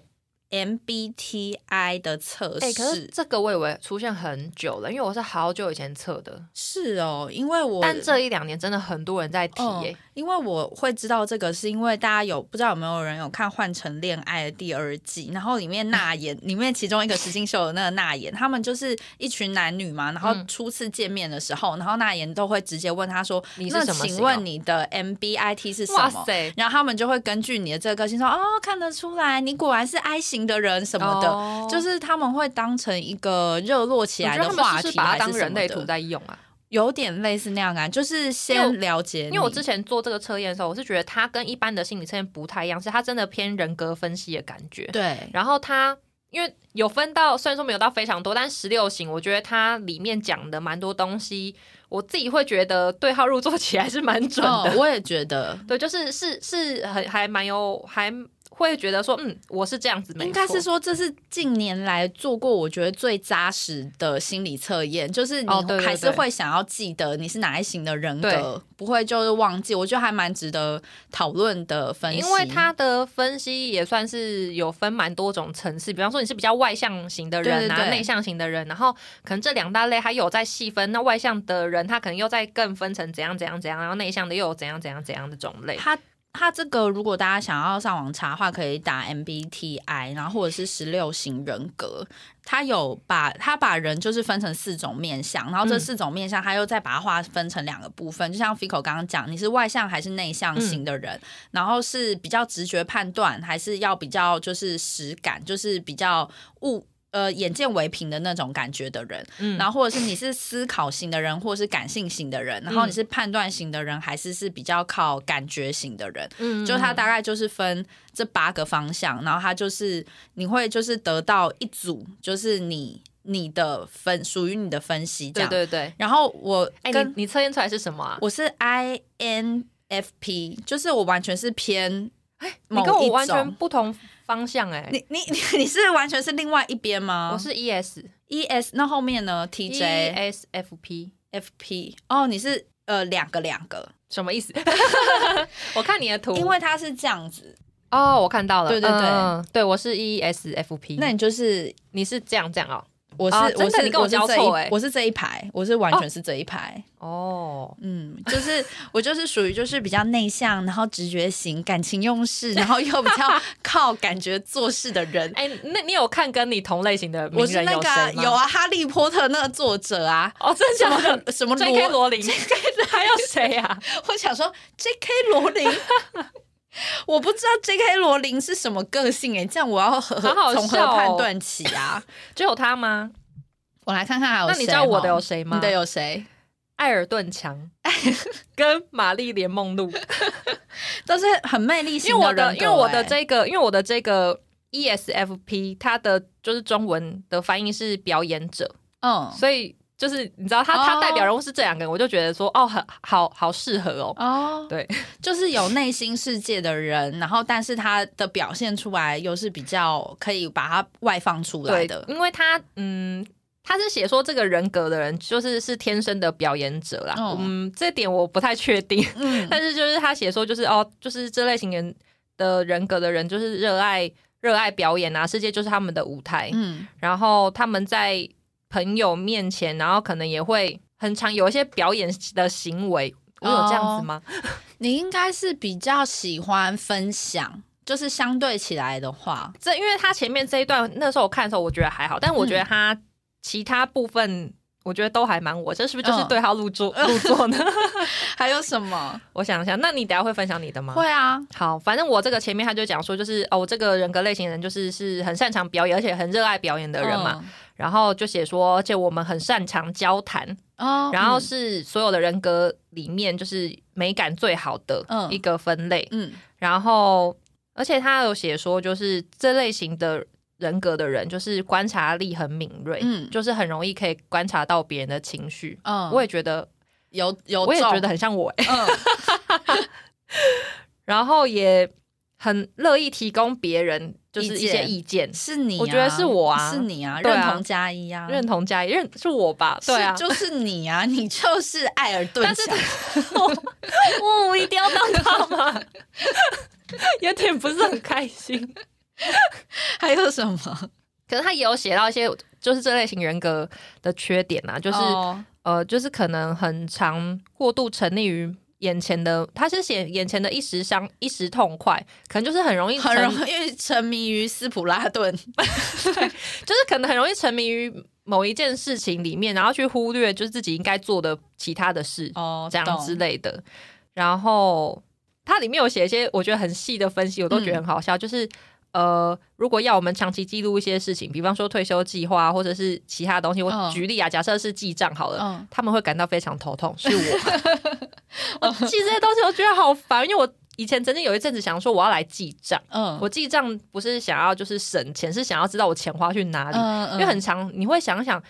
MBTI 的测试。
哎、可是这个我以为出现很久了，因为我是好久以前测的，
是哦，因为我
但这一两年真的很多人在提
嗯
耶、
因为我会知道这个，是因为大家有不知道有没有人有看《换成恋爱》的第二季，然后里面
嗯
娜妍，里面其中一个石进秀的那个娜妍，他们就是一群男女嘛，然后
嗯
初次见面的时候，然后娜妍都会直接问他说：“
你是
那
什么
请
型哦
问你的 MBIT 是什
哇
么？”
塞，
然后他们就会根据你的这个个性说，哦，看得出来你果然是 I 型的人什么的，
哦
就是他们会当成一个热络起
我觉
来
得
的
他们
话
是不
题，
是把它
还
当
是什
人
么
类
的
图在用啊？
有点类似那样感，就是
因为
先了解
因
你，
为我之前做这个测验的时候，我是觉得它跟一般的心理测验不太一样，是它真的偏人格分析的感觉。
对
然后它因为有分到，虽然说没有到非常多，但十六型，我觉得它里面讲的蛮多东西，我自己会觉得对号入座起来是蛮准的。
哦我也觉得。
对，就是是是很还蛮有还。会觉得说，嗯，我是这样子，没
应该
错
是说，这是近年来做过我觉得最扎实的心理测验，就是
哦对
你
对
还是
对
会想要记得你是哪一型的人
对
格，不会就是忘记。我觉得还蛮值得讨论的分析，
因为他的分析也算是有分蛮多种层次，比方说你是比较外向型的人
对
啊，
对对
内向型的人，然后可能这两大类还有在细分。那外向的人他可能又在更分成怎样怎样怎样，然后内向的又有怎样怎样怎样的种类。
它它这个如果大家想要上网查的话，可以打 MBTI，然后或者是十六型人格。它有把它把人就是分成四种面相，然后这
嗯
四种面相，它又再把它划分成两个部分。就像 Fico 刚刚讲，你是外向还是内向
嗯
型的人，然后是比较直觉判断，还是要比较就是实感，就是比较物呃眼见为凭的那种感觉的人。
嗯
然后或者是你是思考型的人，或是感性型的
嗯
人，然后你是判断型的人，还是是比较靠感觉型的人？
嗯
就它大概就是分这八个方向，然后它就是你会就是得到一组，就是你你的分属于你的分析这
对
样。
对对，
然后我
哎、
跟、
你你测验出来是什么啊？
我是 I N F P，就是我完全是偏
哎你
某
跟我
一
完全
种
不同方向哎、
你你你你是完全是另外一边吗？
我是 E S
E S，那后面呢 T
E
J
S F P。
F P 哦，你是呃两个两个，
什么意思？ 我看你的图，
因为它是这样子，
哦，我看到了，
对对对
嗯对我是 E S F P。
那你就是
你是这样这样哦，
我是、
啊
我
真的
是
你跟我
是
交
这
错
一
欸
我是这一排，我是完全是这一排。
哦，
嗯，就是 我就是属于就是比较内向，然后直觉型、感情 用事，然后又比较靠感觉做事的人。
哎、那你有看跟你同类型的 名
我是
人
那
有
个啊
谁吗？
有啊，《哈利波特》那个作 者啊，
哦，真的
什
假的
么什么
？J.K. 罗
罗，
琳，还有谁呀、啊？
我想说 J.K. 罗琳。 我不知道 J.K. 罗琳是什么个性哎、这样我要和
好好
从何
笑哦
判断起啊？
只有他吗？
我来看看还有
那
哦谁。
你知道我的有谁吗？
你的有谁？
艾尔顿 强跟玛丽莲梦露，
都是很魅力
因为
型
我
人格、
的因为我的
欸
这个因为我的这个 E ESFP，它的就是中文的翻译是表演者，
嗯
所以就是你知道他
哦
他代表人物是这两个人，我就觉得说哦，很好好适合哦。
哦，
对，
就是有内心世界的人，然后但是他的表现出来又是比较可以把它外放出来
对
的，
因为他嗯，他是写说这个人格的人就是是天生的表演者啦，
哦
嗯，这点我不太确定，
嗯
但是就是他写说就是哦，就是这类型人的人格的人就是热爱热爱表演啊，世界就是他们的舞台，
嗯
然后他们在朋友面前，然后可能也会很常有一些表演的行为。我有这
哦
样子吗？
你应该是比较喜欢分享，就是相对起来的话，
这因为他前面这一段那时候我看的时候，我觉得还好，但我觉
嗯
得他其他部分我觉得都还蛮我，这是不是就是
嗯
对号入 座、入座呢？
还有什么？
我想一下，那你等一下会分享你的吗？
会啊，
好，反正我这个前面他就讲说，就是哦，我这个人格类型的人就是是很擅长表演，而且很热爱表演的人
嗯
嘛。然后就写说，而且我们很擅长交谈，
嗯。哦，
然后是所有的人格里面就是美感最好的
嗯
一个分类。
嗯
然后，而且他有写说，就是这类型的人格的人，就是观察力很敏锐，
嗯
就是很容易可以观察到别人的情绪。
嗯，
我
也
也觉得，
有有，
我也觉得，很像我、欸，
嗯
然后也很乐意提供别人就是一些意见，
是你啊，
我觉得是我啊
是你啊，
对啊
认同加一啊，
认同加一认是我吧？对啊，
是就是你啊，你就是艾尔顿
但是
奖，
哦，一定要当他吗？有点不是很开心。
还有什么？
可是他也有写到一些，就是这类型人格的缺点啊，就是、
哦
呃，就是可能很常过度沉溺于眼前的，他是写眼前的一时伤、一时痛快，可能就是很容易沉，
很容易沉迷于斯普拉顿，
就是可能很容易沉迷于某一件事情里面，然后去忽略就是自己应该做的其他的事，
哦
这样之类的。然后它里面有写一些我觉得很细的分析，我
嗯
都觉得很好笑，就是。呃，如果要我们长期记录一些事情，比方说退休计划啊或者是其他东西，我
嗯
举例啊，假设是记账好了，
嗯，
他们会感到非常头痛。是我， 我记这些东西我觉得好烦，因为我以前曾经有一阵子想说我要来记账，
嗯，
我记账不是想要就是省钱，是想要知道我钱花去哪里，
嗯嗯
因为很长你会想想。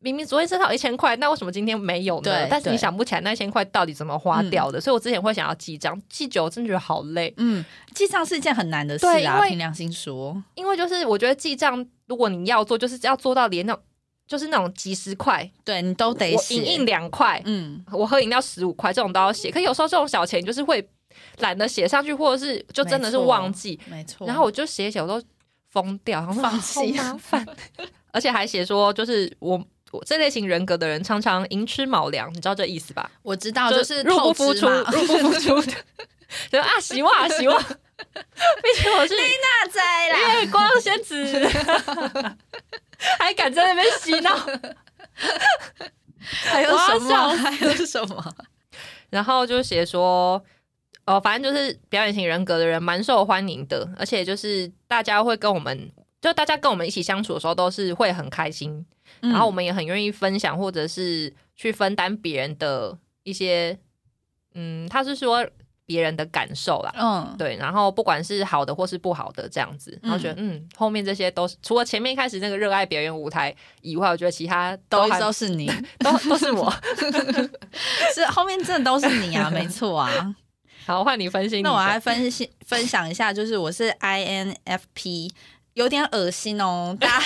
明明昨天身上有一千块，那为什么今天没有呢
对？
但是你
对
想不起来那一千块到底怎么花掉的，所以我之前会想要记账，记久了真的觉得好累。
嗯，记账是一件很难的事
对因
啊，
为
凭良心说，
因为就是我觉得记账，如果你要做，就是要做到连那种就是那种几十块，
对你都得
我
写
饮印两块，
嗯，
我喝饮料十五块这种都要写，可有时候这种小钱就是会懒得写上去，或者是就真的是忘记，
没错。
然后我就写一写我都疯掉，然后
放弃
好麻烦， 而且还写说就是我。我这类型人格的人常常寅吃卯粮，你知道这意思吧？
我知道，
就
哦就是
入不
透
敷
支
出，
嘛。
入不敷出的，就啊，洗袜洗袜， 毕竟我是
大灾啦，
月光仙子， 还敢在那边洗脑，
还有什么？还有什么？
然后就写说，哦，反正就是表演型人格的人蛮受欢迎的，而且就是大家会跟我们，就大家跟我们一起相处的时候都是会很开心，
嗯
然后我们也很愿意分享或者是去分担别人的一些，嗯，他是说别人的感受啦。
嗯，
对，然后不管是好的或是不好的这样子，然后觉得嗯后面这些都是除了前面一开始那个热爱表演舞台以外，我觉得其他
都
还
都是你，
都 都是 我。
是后面真的都是你 啊，没错啊。
好，换你哎分析你的。
那我来分析分享一下，就是我是 INFP，有点恶心哦。 大家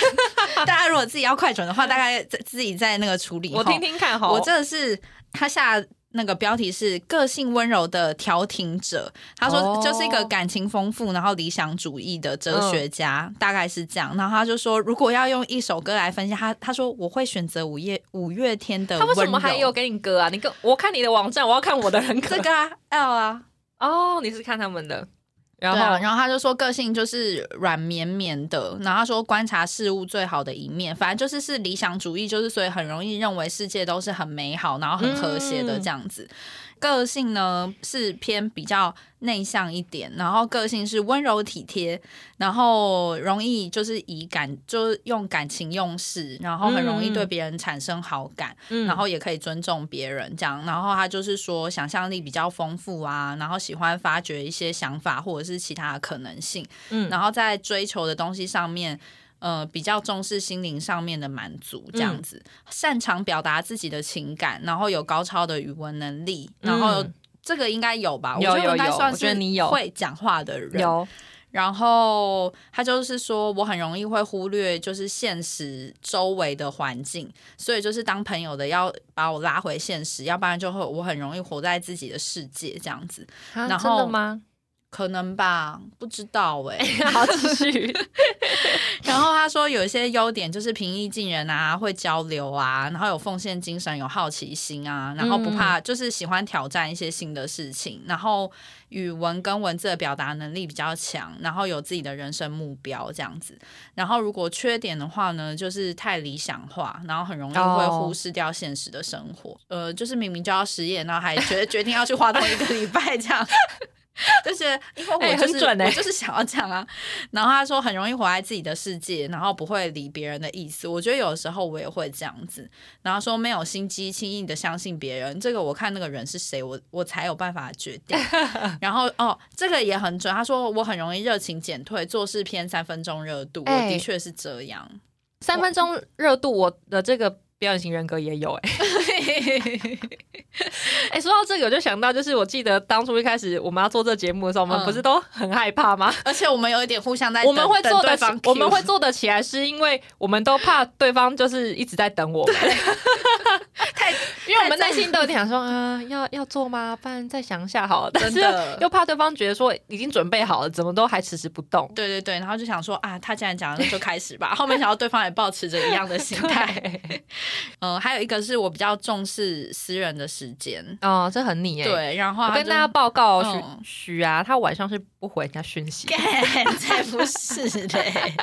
大家如果自己要快转的话，大概在自己在那个处理后。
我听听看哈，
我真的是他下那个标题是“个性温柔的调停者”，他说
哦嗯
就是一个感情丰富，然后理想主义的哲学家，大概是这样。然后他就说，如果要用一首歌来分析，他他说我会选择五月五月天的
他为
温
什
柔
么还有给你歌啊？你跟我看你的网站，我要看我的人格
这。个啊 L 啊，
哦，你是看他们的，然
对啊，
后
然后他就说个性就是软绵绵的，然后他说观察事物最好的一面，反正就是是理想主义，就是所以很容易认为世界都是很美好，然后很和谐
嗯
的这样子。个性呢是偏比较内向一点，然后个性是温柔体贴，然后容易就是以感就是用感情用事，然后很容易
嗯
对别人产生好感。
嗯
然后也可以尊重别人这样。然后他就是说想象力比较丰富啊，然后喜欢发掘一些想法或者是其他的可能性，
嗯
然后在追求的东西上面。呃，比较重视心灵上面的满足，这
嗯
样子、擅长表达自己的情感，然后有高超的语文能力，然后
嗯
这个应该有吧？
有
我觉得
有
我应该
有
算
我觉得
是
你有
会讲话的人，
有
然后他就是说，我很容易会忽略就是现实周围的环境，所以就是当朋友的要把我拉回现实，要不然就会我很容易活在自己的世界这样子，
啊
然
真
后
的 吗？
可能吧，不知道哎、
好，继 续。
然后他说有一些优点就是平易近人啊，会交流啊，然后有奉献精神，有好奇心啊，然后不怕就是喜欢挑战一些新的事情，然后语文跟文字的表达能力比较强，然后有自己的人生目标这样子。然后如果缺点的话呢，就是太理想化，然后很容易会
哦
忽视掉现实的生活。呃，就是明明就要失业，然后还决决定要去花东一个礼拜这样。就是 因为我
哎
就是、
很准哎
我就是想要这样啊，然后他说很容易活在自己的世界，然后不会理别人的意思。我觉得有时候我也会这样子，然后说没有心机，轻易的相信别人。这个我看那个人是谁，我我才有办法决 定。然后哦，这个也很准。他说我很容易热情减退，做事偏三分钟热度。
哎
我的确是这样。
三分钟热度，我的这个表演型人格也有哎、 哎、说到这个，我就想到，就是我记得当初一开始我们要做这节目的时候，我们
嗯
不是都很害怕吗？
而且我们有一点互相在等，
我们会
等
做
对
的
方，
我们
cue
会 做得起来，是因为我们都怕对方就是一直在等我们，
太
因为我们内心都有点想说，啊、要要做吗？不然再想一下 好了。但
真
是
的
又怕对方觉得说已经准备好了，怎么都还迟迟不动。
对对对，然后就想说啊，他既然讲了，那就开始吧。后面想到对方也保持着一样的 心态。嗯，还有一个是我比较重视私人的时间，
哦，这很你哎、
对，然后
我
他
跟
就
大家 报告哦，
嗯
许许啊，他晚上是不回人家讯息的。
干，才不是 嘞。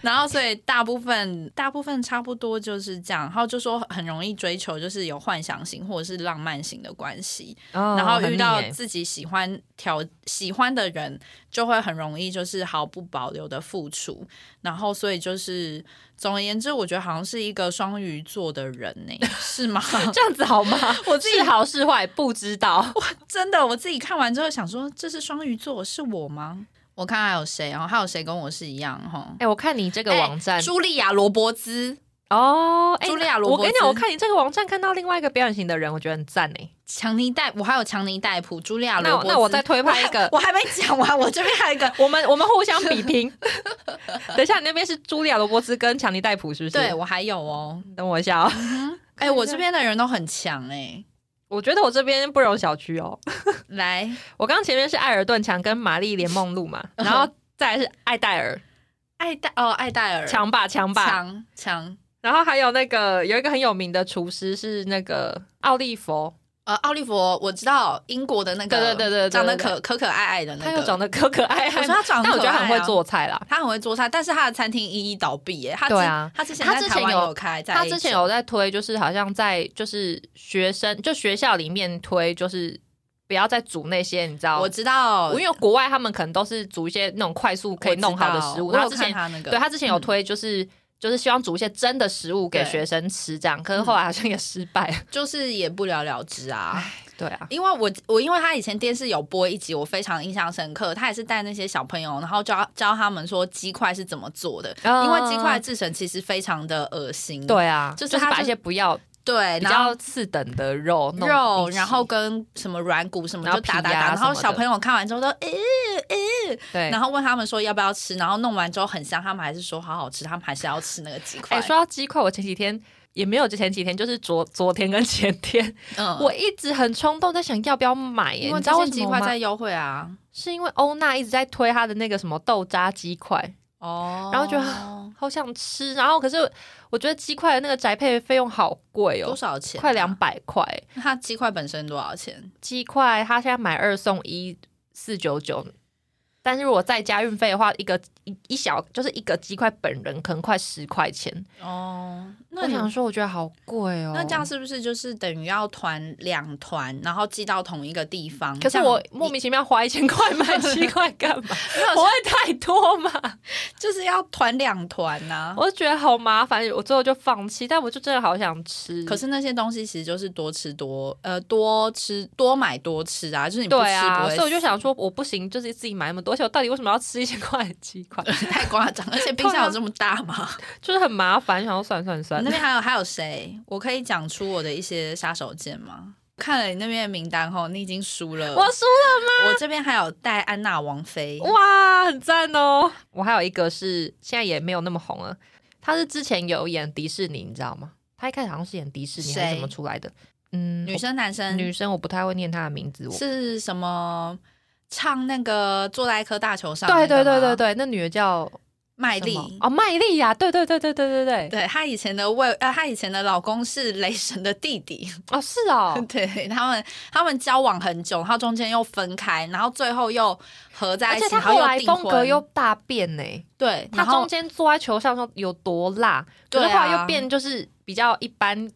然后所以大部分大部分差不多就是这样，然后就说很容易追求就是有幻想型或者是浪漫型的关系，
然
然后遇到自己喜欢条喜欢的人，就会很容易就是毫不保留的付出，然后所以就是总而言之，我觉得好像是一个双鱼座的人呢、是吗？
这样子好吗？我自己好是坏不知道。
真的，我自己看完之后想说，这是双鱼座是我吗？我看还有谁，然后还有谁跟我是一样哈？
哎、我看你这个网站、
茱莉亚·罗伯兹
哦，哎
茱莉亚罗伯
我
兹
跟你讲，我看你这个网站看到另外一个表演型的人，我觉得很赞哎。
强尼戴，我还有强尼戴普、茱莉亚·
那
罗伯
我
兹。
那我再推
我
派
还
一个，
我还没讲完，我这边还有一个。
我们我们互相比拼。 等一下，你那边是茱莉亚·罗伯兹跟强尼戴普是不是？
对，我还有哦。
等我一下哦。
哎、我这边的人都很强哎、
我觉得我这边不容小觑 哦。
来，
我刚刚前面是艾尔顿强跟玛丽莲梦露嘛，然后再来是艾戴尔
艾戴哦，艾戴尔
强吧强吧，
强强
然后还有那个有一个很有名的厨师是那个奥利佛，
呃，奥利佛，我知道英国的那个，
对对对对对
长得
对对
可可可爱爱的那
他
个，
又长得可可爱爱
我
啊
说，他长得
但我
很
觉
可爱、啊
得他很会，做菜啦。
他很会做菜，但是他的餐厅一一倒闭耶、他之
对啊
他之前
他
在
之
台
前
湾
有
有开，在
他之前
A
有在推，就是好像在就是学生就学校里面推，就是不要再煮那些你知
九，
道
我，知道，
因为国外他们可能都是煮一些那种快速可以弄好的食物。
我知道
他
我有
之
看
前
他那个，
对他之前有
嗯
推，就是、就是希望煮一些真的食物给
对嗯
学生吃这样，可是后来好像也失败 了。
就是也不了了之啊。
对啊，
因为我我因为他以前电视有播一集，我非常印象深刻。他也是带那些小朋友，然后教教他们说鸡块是怎么做的，
嗯
因为鸡块制成其实非常的恶心。
对啊，
就
就是是
他
把
就
一些不要
对，
比
然后
较次等的肉弄
肉，
一起
然后跟什么软骨什么
然
就
后
打打
皮啊
打，然后
什么的
小朋友看完之后都诶、
对
然。后问他们说要不要
哎
吃，然后弄完之后很香，他们还是说好好吃，他们还是要吃那个鸡块。
哎、说到鸡块，我前几天也没有前几天，就是昨昨天跟前天，
嗯，
我一直很冲动在想要不要买耶、
因为
你知
这
道为
些
什
鸡
么
块
吗？
在优惠啊，
是因为欧娜一直在推她的那个什么豆渣鸡块，
哦
然后觉得好想吃，然后可是我觉得鸡块的那个宅配费用好贵哦、
多少钱啊？
快两百块。
那它鸡块本身多少钱？
鸡块它现在买二送一，四九九。但是如果再加运费的话，一个一一小就是一个鸡块，本人可能快十块钱。
哦，那
我
你
想说，我觉得好贵哦。
那这样，是不是就是等于要团两团，然后寄到同一个地方？
可是
这样
我莫名其妙花一千块买 鸡块干嘛？不会太多嘛？
就是要团两团啊呐。
我就觉得好麻烦，我最后就放弃。但我就真的好想吃。
可是那些东西其实就是多吃多呃多吃多买多吃啊，就是你不
对
吃不
啊，
会
所以我就想说，我不行，就是自己买那么多，而且我到底为什么要吃一千块的鸡块，
死 太夸张，而且冰箱有这么大吗？
就是很麻烦。想要算算算
你那，边还有还有谁？我可以讲出我的一些杀手锏吗？看了你那边的名单后，你已经输了。
我输了
我这边还有戴安娜王妃，
哇，很赞哦！我还有一个是现在也没有那么红了，他是之前有演迪士尼，你知道吗？他一开始好像是演迪士尼还
谁
是怎么出来的？嗯，
女生男
我
生
女生我不太会念她的名字，我
是什么？唱那个坐在一颗大球上那
对
个吗，
对对对对，那女的叫
麦
什
丽。
么哦，麦丽呀，对对对对对对对，
对她以前的未呃，她以前的老公是雷神的弟弟，
哦是 哦，
对他们他们交往很久，然后中间又分开，然后最后又合在
而
一
且
起，
她
然后
后
又
来
订
风格
婚
又大变呢、
对，
他
然
中
后
间坐在球上说有多辣，可是
对
后
啊
来又变就是比较一般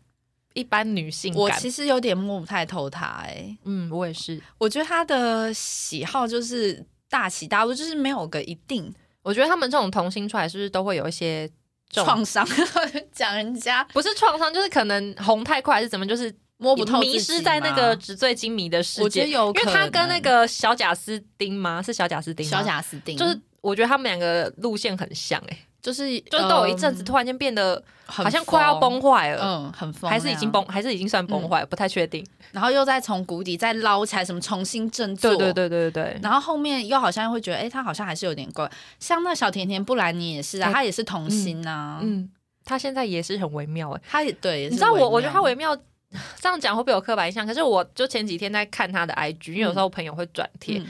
一般女性
我
感。
其实有点摸不太透她哎、欸
嗯，我也是。
我觉得她的喜好就是大起大落，就是没有个一定
我觉得他们这种童星出来，是不是都会有一些这种
创伤， 讲人家
不是创伤，就是可能红太快还是怎么，就是
摸不透，
迷失在那个。纸醉金迷的世
我觉
界。
得有，
因为他跟那个小贾斯汀吗？是小贾斯汀吗
小贾斯汀，
就是我觉得他们两个路线很像、欸，哎，
就是
就是都有一阵子突然间变得
好
好像快要，崩坏了，
嗯，很疯，
还是已经，崩，还是已经算崩坏，不太确定。
然后又再从谷底再捞起来，什么重新振作，
对对。对对对对。
然后后面又好像会觉得，哎，他好像还是有点怪。像那小甜甜布兰妮也是啊，
哎
她也是童星啊，
嗯，他现在也是很微妙哎、
她也对，也是
你知道
微妙
我，我觉得他微妙， 这样讲会不会有刻板印象？可是我就前几天在看他的 IG，因为有时候朋友会转贴，
嗯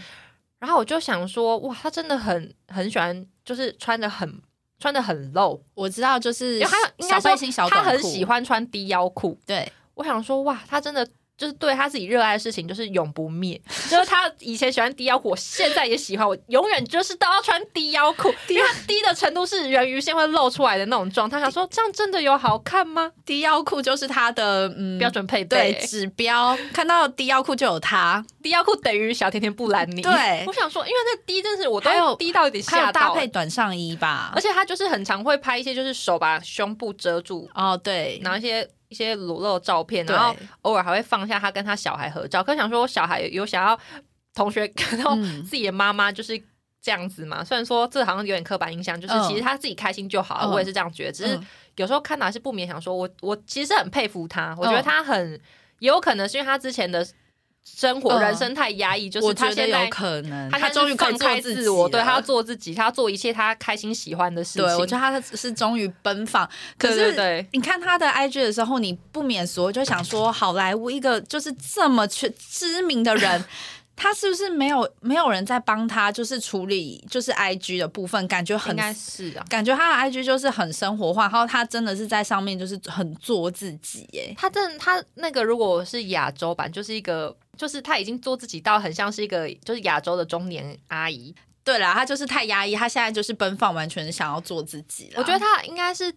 然后我就想说，哇，他真的很很喜欢，就是穿的很穿的很露，
我知道，就是
因为他应该
小背
说
心、小
他
短裤，
很喜欢穿低腰裤。
对，
我想说，哇，他真的。就是对他自己热爱的事情，就是永不 灭。就是他以前喜欢低腰裤，我现在也喜欢，我永远就是都要穿低腰 裤，因为它低的程度是人鱼线会露出来的那种状态。他想说，这样真的有好看吗？
低腰裤就是她的嗯
标。准配备、
对
欸
指标，看到低腰裤就有她，
低腰裤等于小甜甜布兰妮。
对
我想说，因为那低真是我都
还有
低到有点
还有
吓
搭
到、
配
欸，
短上衣吧
而。且他就是很常会拍一些就是手把胸部遮住，
哦，对，
然后一些一些裸露的照片，
对
然后偶尔还会放下他跟他小孩合照。可是想说，我小孩有想要同学 看到
嗯
自己的妈妈就是。这样子嘛，虽然说这好像有点刻板印象，就是
嗯
其实他自己开心就好了，
嗯
我也是这样觉得。只是
嗯
有时候看到还是不免想说，我我其实很佩服他，我觉得他很、也有可能是因为他之前的生活、
嗯
人生太压抑，就
我
是
觉
他
得
现
有
在
可能，
他
终于可
放
以
开
做己
自
了
我，对他要做自己，他要做一切他开心喜欢的事情。
对我觉得他是终于奔放。可
对对
是
对
你看他的 IG 的时候，你不免俗就想说，好莱坞一个就是这么全知名的人。 他是不是没有没有人在帮他，就是处理就是 I G 的部分，感觉很
应该是啊，
感觉他的 I G 就是很生活化，然后他真的是在上面就是很做自己耶。
他真的他那个如果是亚洲版，就是一个就是他已经做自己到很像是一个就是亚洲的中年阿姨。
对啦，他就是太压抑，他现在就是奔放，完全想要做自己啦。
我觉得他应该是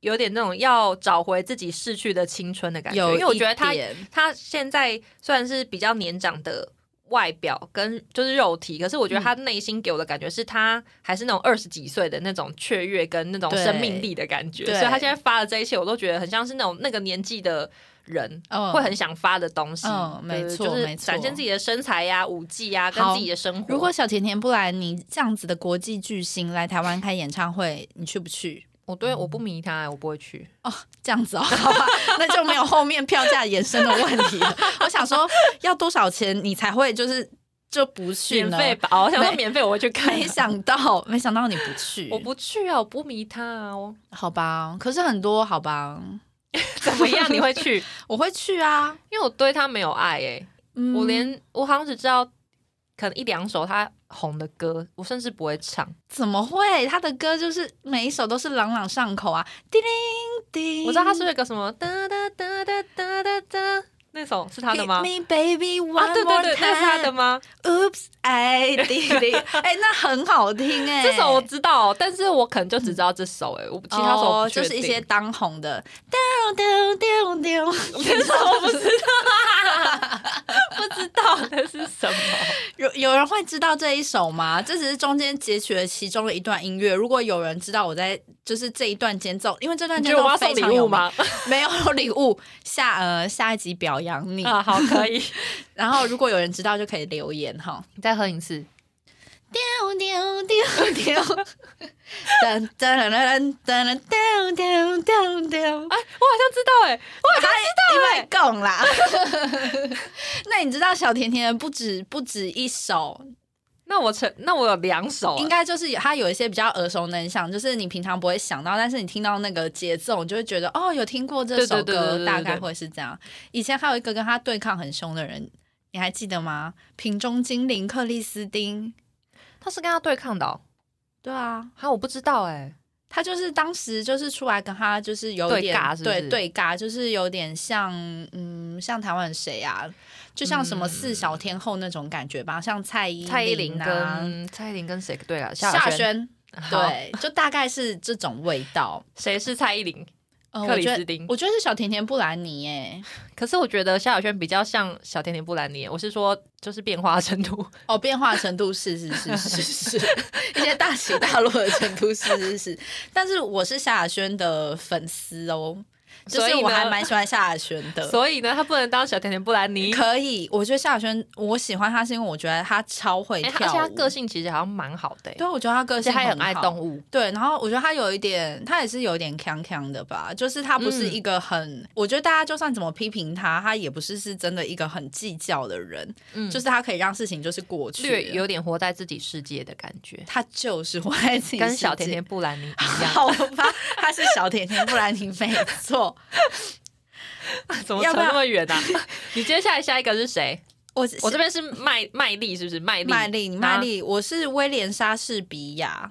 有点那种要找回自己逝去的青春的感觉，
有一点，
因为我觉得他他现在虽然是比较年长的。外表跟就是肉体，可是我觉
嗯
得他内心给我的感觉是他还是那种二十几岁的那种雀跃跟那种
对
生命力的感觉，
对
所以他现在发的这一切，我都觉得很像是那种那个年纪的人
嗯
会很想发的东西，
嗯
对
没错
就是
没错
展现自己的身材啊呀、舞技呀、跟
好
自己的生活。
如果小甜甜布兰妮这样子的国际巨星来台湾开演唱会，你去不去？
我对我不迷他，我不会去。
哦，这样子哦，好 吧，那就没有后面票价延伸的问 题了。我想说，要多少钱你才会就是就不去
免
呢？
费吧，哦我想说
没
免费我会去看
没。想到，没想到你不去，
我不去啊，我不迷他啊，我
好吧？可是很多好吧，
怎么样你会去？
我会去啊，
因为我对他没有爱诶、
嗯
我连我好像只知道可能一两首他红的歌，我甚至不会唱。
怎么会？他的歌就是每一首都是朗朗上口啊，叮铃叮。
我知道他是不是有一个什么哒哒哒哒哒哒哒那首是他的吗？
？Hit me baby one
啊，对对
more
对，那是他的
time
吗？
Oops, I did it 哎，那很好听哎、
这首我知道，但是我可能就只知道这首欸诶、我不其他首我
哦
不确
就
定
是一些当红的，丢丢丢丢。
这首我不知道， 不知道那是什么。
有有人会知道这一首吗？这只是中间截取了其中的一段音乐。如果有人知道我在就是这一段间奏，因为这段
你
间
觉得我
奏
要
非
送
常
礼
有
物
名？
吗？
没有礼物，下呃下一集表扬你。
啊，好，可以。
然后如果有人知道就可以留言哈。
你再哼一次。
丢丢丢丢，噔噔噔噔噔噔丢丢丢。
哎，我好像知道诶、哎
因为供啦。那你知道小甜甜不止不止一首，
那我成，那我有两首欸、
应该就是它有一些比较耳熟能详，就是你平常不会想到，但是你听到那个节奏，你就会觉得哦，有听过这首
对对对对对
歌，
对
大概会是这样。以前还有一个跟他对抗很凶的人，你还记得吗？瓶中精灵克里斯汀。
他是跟他对抗的、哦。
对啊，
哈，我不知道哎、
他就是当时就是出来跟他就是有
对
点
尬是不是
对对尬，就是有点像嗯像台湾谁啊，就像什么四小天后那种感觉吧，像蔡依
嗯蔡依林
啊、
跟蔡依林跟谁对啊？
夏
夏轩。
轩，
好，
对，就大概是这种味道。
谁是蔡依林？
呃、
克
我
里
觉
斯
得
汀。
我觉得是小甜甜布兰妮耶，
可是我觉得萧亚轩比较像小甜甜布兰妮，我是说就是变化程 度。
哦，变化程度是是是是是，一些大起大落的程度是是是，但是我是夏亚轩的粉丝哦，就
所
是
以
我还
呢
蛮喜欢夏亚轩的，
所以呢，她不能当小甜甜布兰妮。
可以，我觉得夏亚轩，我喜欢他是因为我觉得他超会
哎她
跳舞，
而且她个性其实好像蛮好的、欸，
对，我觉得他个
而且
性
她也很爱
好
动。物。
对，然后我觉得他有一点，他也是有一点锵锵的吧，就是他不是
嗯
一个很，我觉得大家就算怎么批评他，他也不是是真的一个很计较的人，
嗯，
就是他可以让事情就是过去
略
了，
有点活在自己世界的感觉，
他就是活在自己
跟
世
小
界
甜甜布兰 妮一样。
好吧，他是小甜甜布兰妮没 错。
怎么
要
扯
不要
那么远啊？ 你接下来下一个是谁？
我
我这边是麦麦丽，是不是麦丽？啊
麦丽麦丽，我是威廉莎士比亚，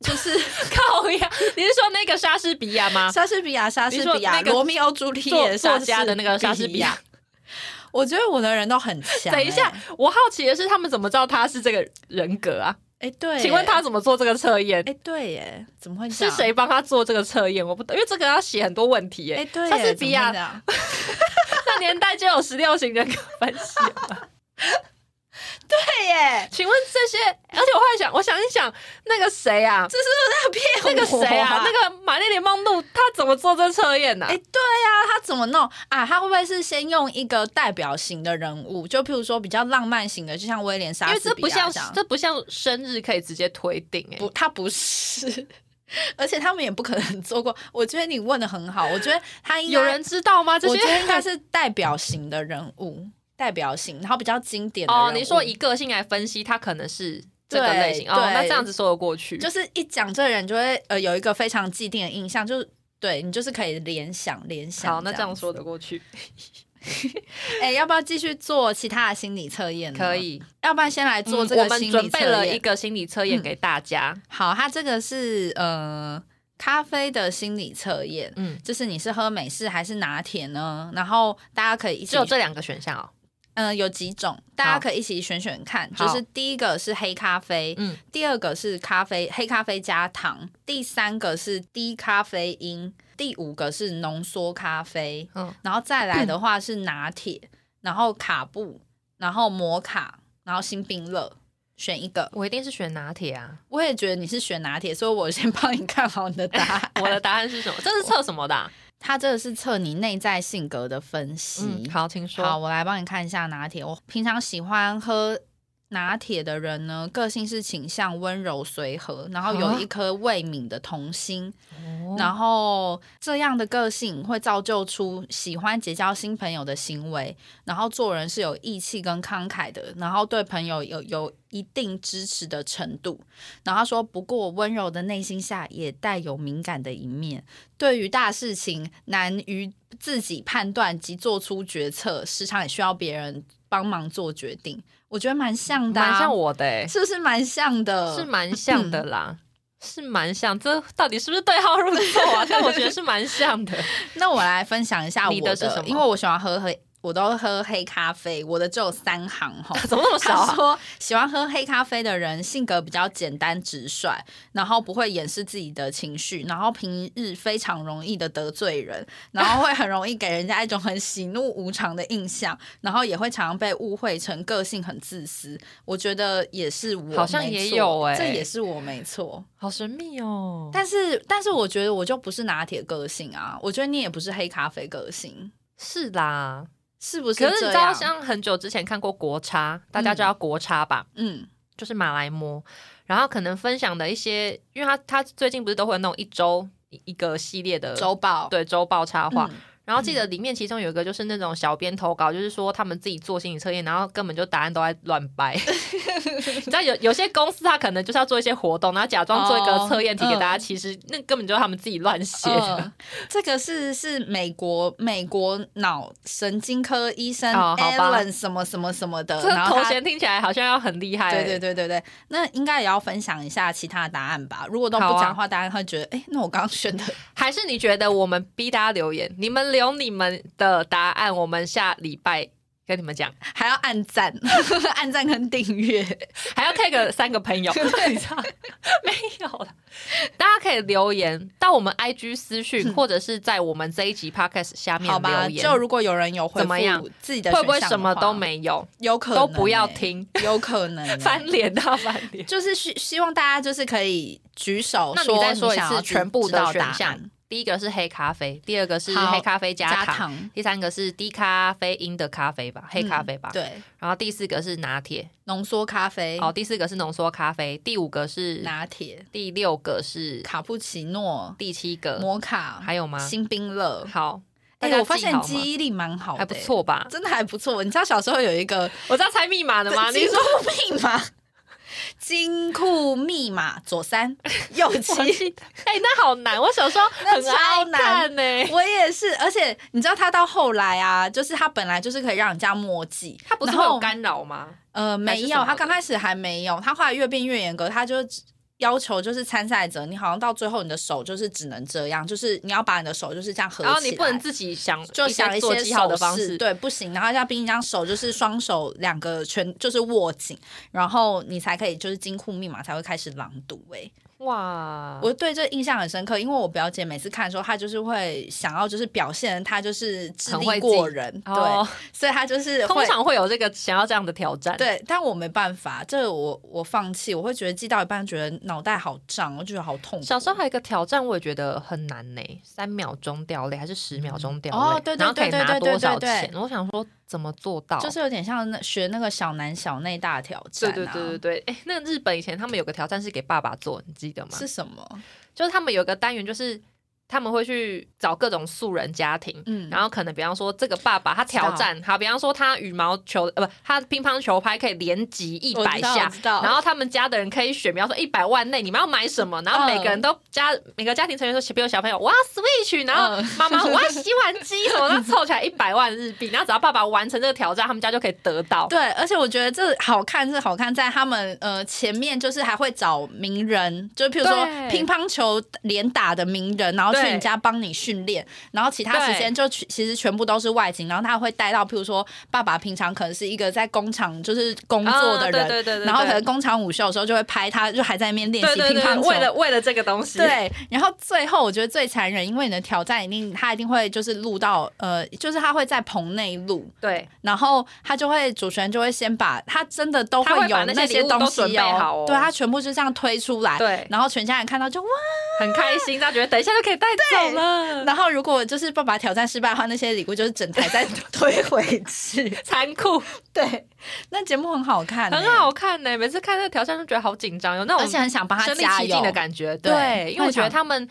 就是。
靠呀！你是说那个莎士比亚 吗？
莎士比亚，莎士比亚，
你说那个
罗密欧朱丽
作
叶，
作
莎
家的那个莎士比亚。。
我觉得我的人都很强、
等一下
哎，，
我好奇的是，他们怎么知道他是这个人格啊？
哎、对，
请问他，怎么做这个测验
哎、？对，耶，怎么会这
是
样？
谁帮他做这个测验？我不懂，因为这个要写很多问题
哎、
耶。
对耶，
莎士比亚
怎么会这样
那年代就有十六型人格分析了。
对耶，
请问这些，而且我还想，我想一想，那个谁啊，
这
那
骗
个
我
谁啊，那个玛丽莲梦露，她怎么做这测验呢
哎、？对啊，他怎么弄啊？他会不会是先用一个代表型的人物，就譬如说比较浪漫型的，就像威廉莎
因为
士
这
比
不
亚
像
这样？
这不像生日可以直接推定哎
不，。他不是， 而且他们也不可能做过。我觉得你问的很好，我觉得他应该
有人知道啊吗？这
我
些
觉得应该是代表型的人物，代表型，然后比较经典的人物
哦，你说以个性来分析，他可能是这个
对
类型哦，
对
那这样子说得过去。
就是一讲这个人就会呃有一个非常既定的印象，就是对你就是可以联想联想。
好，那
这
这
样
样，说得过去，
哎、要不要继续做其他的心理测验？
可，以。
要不然先来做
嗯
这
我
个
们
心
准
理
备
测
了一
验。
个心理测验给大家。
好，它这个是呃咖啡的心理测验。
嗯，
就是你是喝美式还是拿铁呢？然后大家可以一起
只有这两个选项哦。
嗯、有几种，大家可以一起选选看。就
好
是第一个是黑咖啡，
嗯
第二个是咖啡黑咖啡加糖，第三个是低咖啡因，第五个是浓缩咖啡，
嗯，
然后再来的话是拿铁，然后卡布，然后摩卡，然后新冰乐。选一个，
我一定是选拿铁啊。
我也觉得你是选拿铁，所以我先帮你看好你的答案。
我的答案是什么？这是测什么的啊？
它这个是测你内在性格的分析。
嗯，好，请
好，
说。
我来帮你看一下拿铁。我平常喜欢喝拿铁的人呢，个性是倾向温柔随和，然后有
啊
一颗未泯的童心，
哦，
然后这样的个性会造就出喜欢结交新朋友的行为，然后做人是有义气跟慷慨的，然后对朋友有有一定支持的程度。然后他说，不过温柔的内心下也带有敏感的一面，对于大事情难于自己判断及做出决策，时常也需要别人帮忙做决定。我觉得蛮像的、啊，
蛮像，我的、欸，
是不是蛮像的？
是蛮像的啦。是蛮像，这到底是不是对号入座 啊？但我觉得是蛮像的。
那我来分享一下我
你的是什么
因为我喜欢喝黑，我都喝黑咖啡，我的只有三行哈。
怎么那么少
他
啊？
说，喜欢喝黑咖啡的人性格比较简单直率，然后不会掩饰自己的情绪，然后平日非常容易的得罪 人，然后会很容易给人家一种很喜怒无常的印象，然后也会常常被误会成个性很自私。我觉得也是我，
好像
没
也
错
有欸
这也是我没错。
好神秘哦。
但是，但是我觉得我就不是拿铁个性啊，我觉得你也不是黑咖啡个性，
是啦，
是不是这
可
样？
是你知道，像很久之前看过国差，大家知道国差吧？
嗯
就是马来貘，然后可能分享的一些，因为他他最近不是都会有那种一周一一个系列的
周报
对周报插画，
嗯
然后记得里面其中有一个就是那种小编投稿，就是说他们自己做心理测验，然后根本就答案都在乱 掰。你知道有有些公司他可能就是要做一些活动，然后假装做一个测验题给大家，其实那根本就是他们自己乱写的。
哦嗯这个是是美国美国脑神经科医生
哦好吧
Alan 什么什么什么的，
这
然后
头
他
衔听起来好像要很厉害、欸
对对对对对，那应该也要分享一下其他的答案吧。如果都不
好啊
讲话，大家会觉得，哎、那我刚刚选的
还是你觉得我们逼大家留言，你们留你们的答案，我们下礼拜跟你们讲，
还要按赞， 按赞跟订阅。
还要 take 三个朋友，你知道没有了？大家可以留言到我们 IG 私讯，或者是在我们这一集 podcast 下面
嗯好吧，
留言，
就如果有人有回
怎么样
复自己的，
会不会什么都？没有，
有可能、
都不要，听，
有可能、 欸、
翻脸到翻 脸。
就是希希望大家就是可以举手，
那你再说一
想要
次
知
全部
知道
的选
答
项
案，
第一个是黑咖啡，第二个是
好
黑咖啡加
加
糖，嗯
糖
第三个是低咖啡因的咖啡吧，黑咖啡吧，
嗯对，
然后第四个是拿铁，
浓缩咖啡、
哦，第四个是浓缩咖啡，第五个是，
拿铁、
第六个是，
卡布奇诺、
第七个
摩卡，
呃还有吗？
新冰乐。
好，大
哎、
家
我发
记
现
好
你
吗
记忆力蛮好的、欸
还不，错吧？
真的还不错。你知道小时候有一个
我知道猜密码的啊 吗？你
金
说
库密码，金库密码左三右
我
七。
记得，哎，那好难，我小时 候
那
很
超
爱看呢。
我也是，而且你知道他到后来啊，就是他本来就是可以让人家默记，
它不是
然
会
后
有干扰吗？
呃，
还
没
是什
有，
么
他
的
刚开始还没有，他后来越变越严格，他就只要求就是参赛者，你好像到最后你的手就是只能这样，就是你要把你的手就是这样合起
然
来，
后你不能自己想，
就想一
做
些
记号
手
的方
势，
式。
对，不行。然后像冰箱手就是双手两个全就是握紧，然后你才可以就是金库密码才会开始朗读、欸。
哇，哦
我对这印象很深刻，因为我表姐每次看的时候，她就是会想要就是表现她就是智
很
力
会
过
记
人，对，
哦
所以她就是
通
会
常会有这个想要这样的挑战。，
对，但我没办法，这个我我放弃，我会觉得记到一半觉得脑袋好胀，我就觉得好痛苦。
小时候还有一个挑战，我也觉得很难呢，三秒钟掉泪还是十秒钟掉
哦
泪，
对对
然后可以
对对
拿
对
多少
对对
钱？我想说怎么做到？
就是有点像那学那个小男小内大挑战、
对
啊，
对对对对，哎、那日本以前他们有个挑战是给爸爸做，你记得吗？
是什么？
就是他们有个单元，就是他们会去找各种素人家庭。
嗯，
然后可能比方说这个爸爸他挑战，好，比方说他羽毛球呃不，他乒乓球拍可以连击一
我
百
知道我
下
知，道
然后他们家的人可以选，比方说一百万内你们要买什么，然后每个
嗯
人都家、每个家庭成员说，比如小朋友我要 Switch，然后
嗯
妈 妈我要洗碗机什么，那凑起来一百万日币，然后只要爸爸完成这个挑战，他们家就可以得到。
对，而且我觉得这好看是好看在他们呃前面就是还会找名人，就譬如说
对
乒乓球连打的名人，然后去
对
你家帮你训练，然后其他时间就去其实全部都是外景，然后他会带到譬如说爸爸平常可能是一个在工厂就是工作的
啊
人，
对对对对对
然后可能工厂午休的时候就会拍他，就还在那边练习
对
乒
对对
乓，球，
为了为了这个东西，
对，然后最后我觉得最残忍，因为你的挑战一定他一定会就是录到呃，就是他会在棚内录，
对，
然后他就会主持人就会先把他真的都
他会
有
把那些
些
礼物都
东西
准备好哦
对他全部就这样推出来，
对
然后全家人看到就哇，
很开心，他觉得等一下就可以带走 了，
然后如果就是爸爸挑战失败的话，那些礼物就是整台再 推回去。
残酷，
对，那节目很好看、欸
很，好看呢、每次看那个挑战就觉得好紧张，有那
而
种
且很想帮他
身临
啊加
其
油
境的感觉。
对
对，因为我觉得
会想
他们，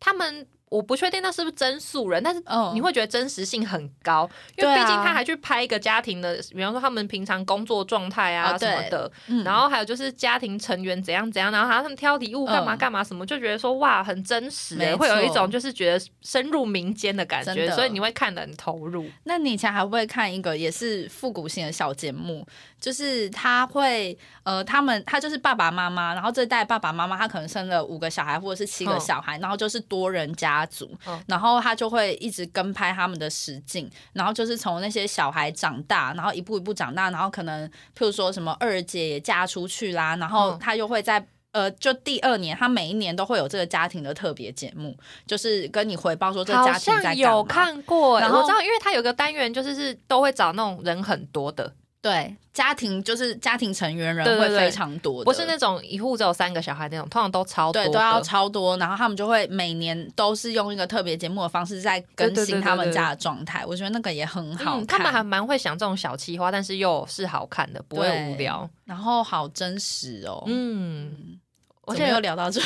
他们。我不确定那是不是真素人，但是
嗯
你会觉得真实性很高，因
对
为
啊
毕竟他还去拍一个家庭的，比方说他们平常工作状态啊
哦
什
对
么的，
嗯
然后还有就是家庭成员怎样怎样，然后他们挑礼物干嘛
嗯
干嘛什么，就觉得说哇很真实欸、
没
会有一
错
种就是觉得深入民间的感
真
觉，
的
所以你会看得很投入。
那你以前还会不会看一个也是复古型的小节目，就是他会呃，他们他就是爸爸妈妈，然后这一代爸爸妈妈他可能生了五个小孩或者是七个
嗯
小孩，然后就是多人家族，
嗯
然后他就会一直跟拍他们的实境，然后就是从那些小孩长大，然后一步一步长大，然后可能譬如说什么二姐也嫁出去啦，然后
嗯
他又会在。呃，就第二年，他每一年都会有这个家庭的特别节目，就是跟你回报说这个
好
家庭在
像
干
有
嘛
看过欸、
然
我
后
知道，因为他有个单元就是是都会找那种人很多的，
对，家庭就是家庭成员人
对对
会
对
非常多的
不是那种一户只有三个小孩那种，通常都超多
对
的。
都要超多，然后他们就会每年都是用一个特别节目的方式在更
对对对
新
对
他们
对
家的状态，我觉得那个也很好
嗯，
看，
他们还蛮会想这种小气话，但是又是好看的，不会
对
无聊。
然后好真实哦，
嗯，
嗯，
而
怎么又
且
聊到这，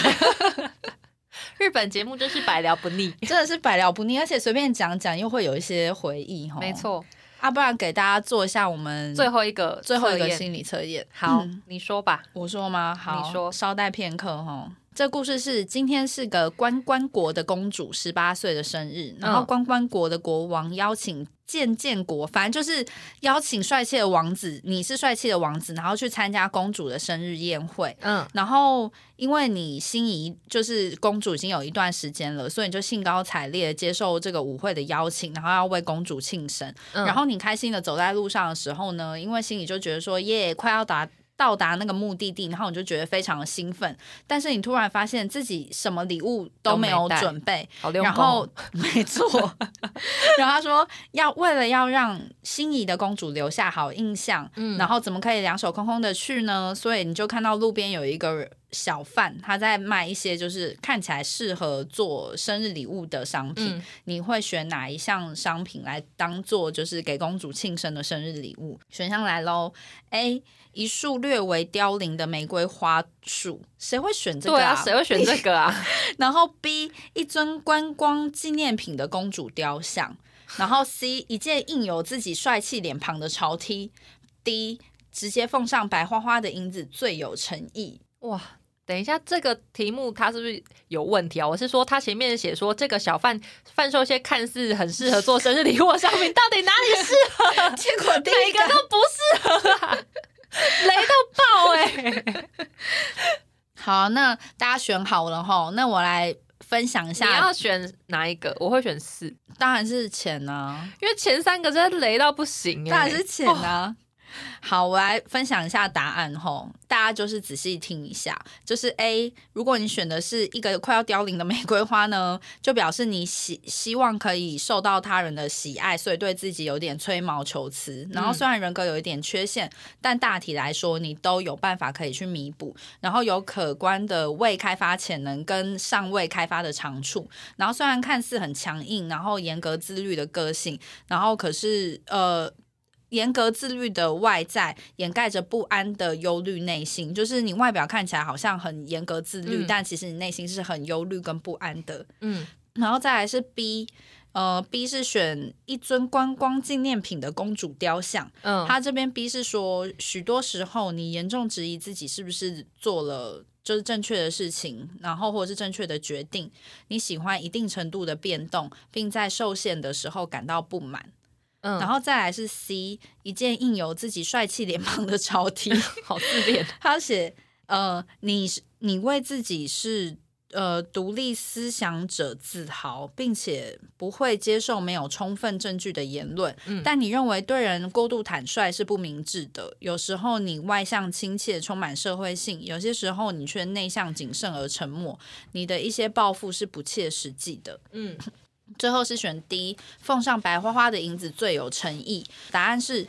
日本节目真是百聊不腻。
真的是百聊不腻，而且随便讲讲又会有一些回忆 哈，
没，错，嗯
啊，不然给大家做一下我们
哦最后一个
最后一个
测验
心理测验，
好
嗯，
你说吧。
我说吗？好，
你说
稍待片刻哈。这故事是今天是个关关国的公主十八岁的生日，
嗯
然后关关国的国王邀请建建国，反正就是邀请帅气的王子，你是帅气的王子，然后去参加公主的生日宴会。
嗯，
然后，因为你心仪就是公主已经有一段时间了，所以你就兴高采烈地接受这个舞会的邀请，然后要为公主庆生。
嗯
然后你开心的走在路上的时候呢，因为心里就觉得说耶，快要达到达那个目的地，然后你就觉得非常的兴奋。但是你突然发现自己什么礼物都没有
都没带
准备，
好六
然
宫
后 没错，然后他说要为了要让心仪的公主留下好印象，
嗯
然后怎么可以两手空空的去呢？所以你就看到路边有一个小贩，他在卖一些就是看起来适合做生日礼物的商品。
嗯
你会选哪一项商品来当做就是给公主庆生的生日礼物？选项来喽，A 一束略微凋零的玫瑰花束，谁会选这个
对啊，谁会选这个 啊？
然后 B 一尊观光纪念品的公主雕像，然后 C 一件印有自己帅气脸庞的朝 T d 直接奉上白花花的银子最有诚意。
哇，等一下，这个题目它是不是有问题啊？我是说，它前面写说这个小贩贩售一些看似很适合做生日礼物的商品，到底哪里适合？
结果 第
每
一
个
个
都不适合啊， 雷到爆哎、
好，那大家选好了哈，那我来分享一
你要
下，
选哪一个？我会选四，因
当然是钱啊。
为前三个真的雷到不行哎、
当然是浅啊。好，我来分享一下答案吼，大家就是仔细听一下。就是 A，如果你选的是一个快要凋零的玫瑰花呢， 就表示你希希望可以受到他人的喜爱，所以对自己有点吹毛求疵。然后虽然人格有一点缺陷，但大体来说你都有办法可以去弥补，然后有可观的未开发潜能跟尚未开发的长处。然后虽然看似很强硬，然后严格自律的个性，然后可是呃。严格自律的外在掩盖着不安的忧虑内心，就是你外表看起来好像很严格自律，
嗯
但其实你内心是很忧虑跟不安的。
嗯，
然后再来是 B，呃，B 是选一尊观光纪念品的公主雕像。
嗯
他这边 B 是说，许多时候你严重质疑自己是不是做了就是正确的事情，然后或者是正确的决定。你喜欢一定程度的变动，并在受限的时候感到不满。
嗯，
然 后再来是 C，一件印有自己帅气脸庞的朝 T。
好自恋，
他写呃，你是你为自己是呃独立思想者自豪，并且不会接受没有充分证据的言论。
嗯
但你认为对人过度坦率是不明智的。有时候你外向亲切，充满社会性；有些时候你却内向谨慎而沉默。你的一些抱负是不切实际的。
嗯，
最后是选 D，奉上白花花的银子最有诚意。答案是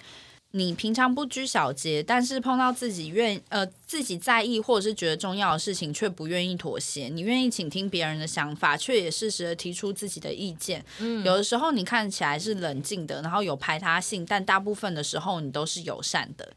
你平常不拘小节，但是碰到自己愿呃自己在意或者是觉得重要的事情，却不愿意妥协。你愿意倾听别人的想法，却也适时的提出自己的意见。
嗯
有的时候你看起来是冷静的，然后有排他性，但大部分的时候你都是友善的。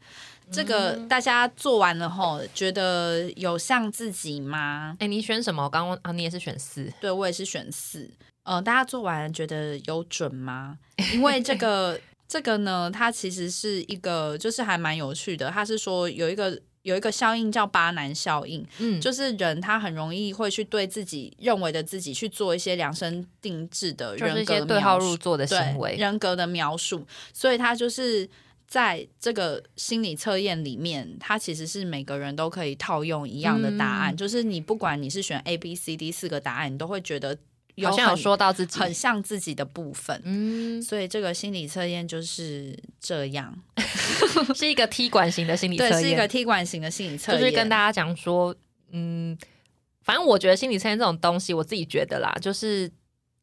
这个大家做完了后，觉得有像自己吗？
哎、你选什么？我刚刚啊，你也是选四，
对我也是选四。呃，大家做完觉得有准吗？因为 这个这个呢，它其实是一个就是还蛮有趣的。它是说有一个有一个效应叫巴南效应，
嗯，
就是人他很容易会去对自己认为的自己去做一些量身定制的
就是
人
一
格
些
的
对号
描
入
述，
座的行
对
为。
人格的描述，所以他就是。在这个心理测验里面，它其实是每个人都可以套用一样的答案，
嗯
就是你不管你是选 A、B、C、D 四个答案，你都会觉得有
好像有
很
说到自己，
很像自己的部分。
嗯，
所以这个心理测验就是这样，
是一个踢馆型的心理测
对，
验，
是一个踢馆型的心理测
就
验，
是跟大家讲说，嗯，反正我觉得心理测验这种东西，我自己觉得啦，就是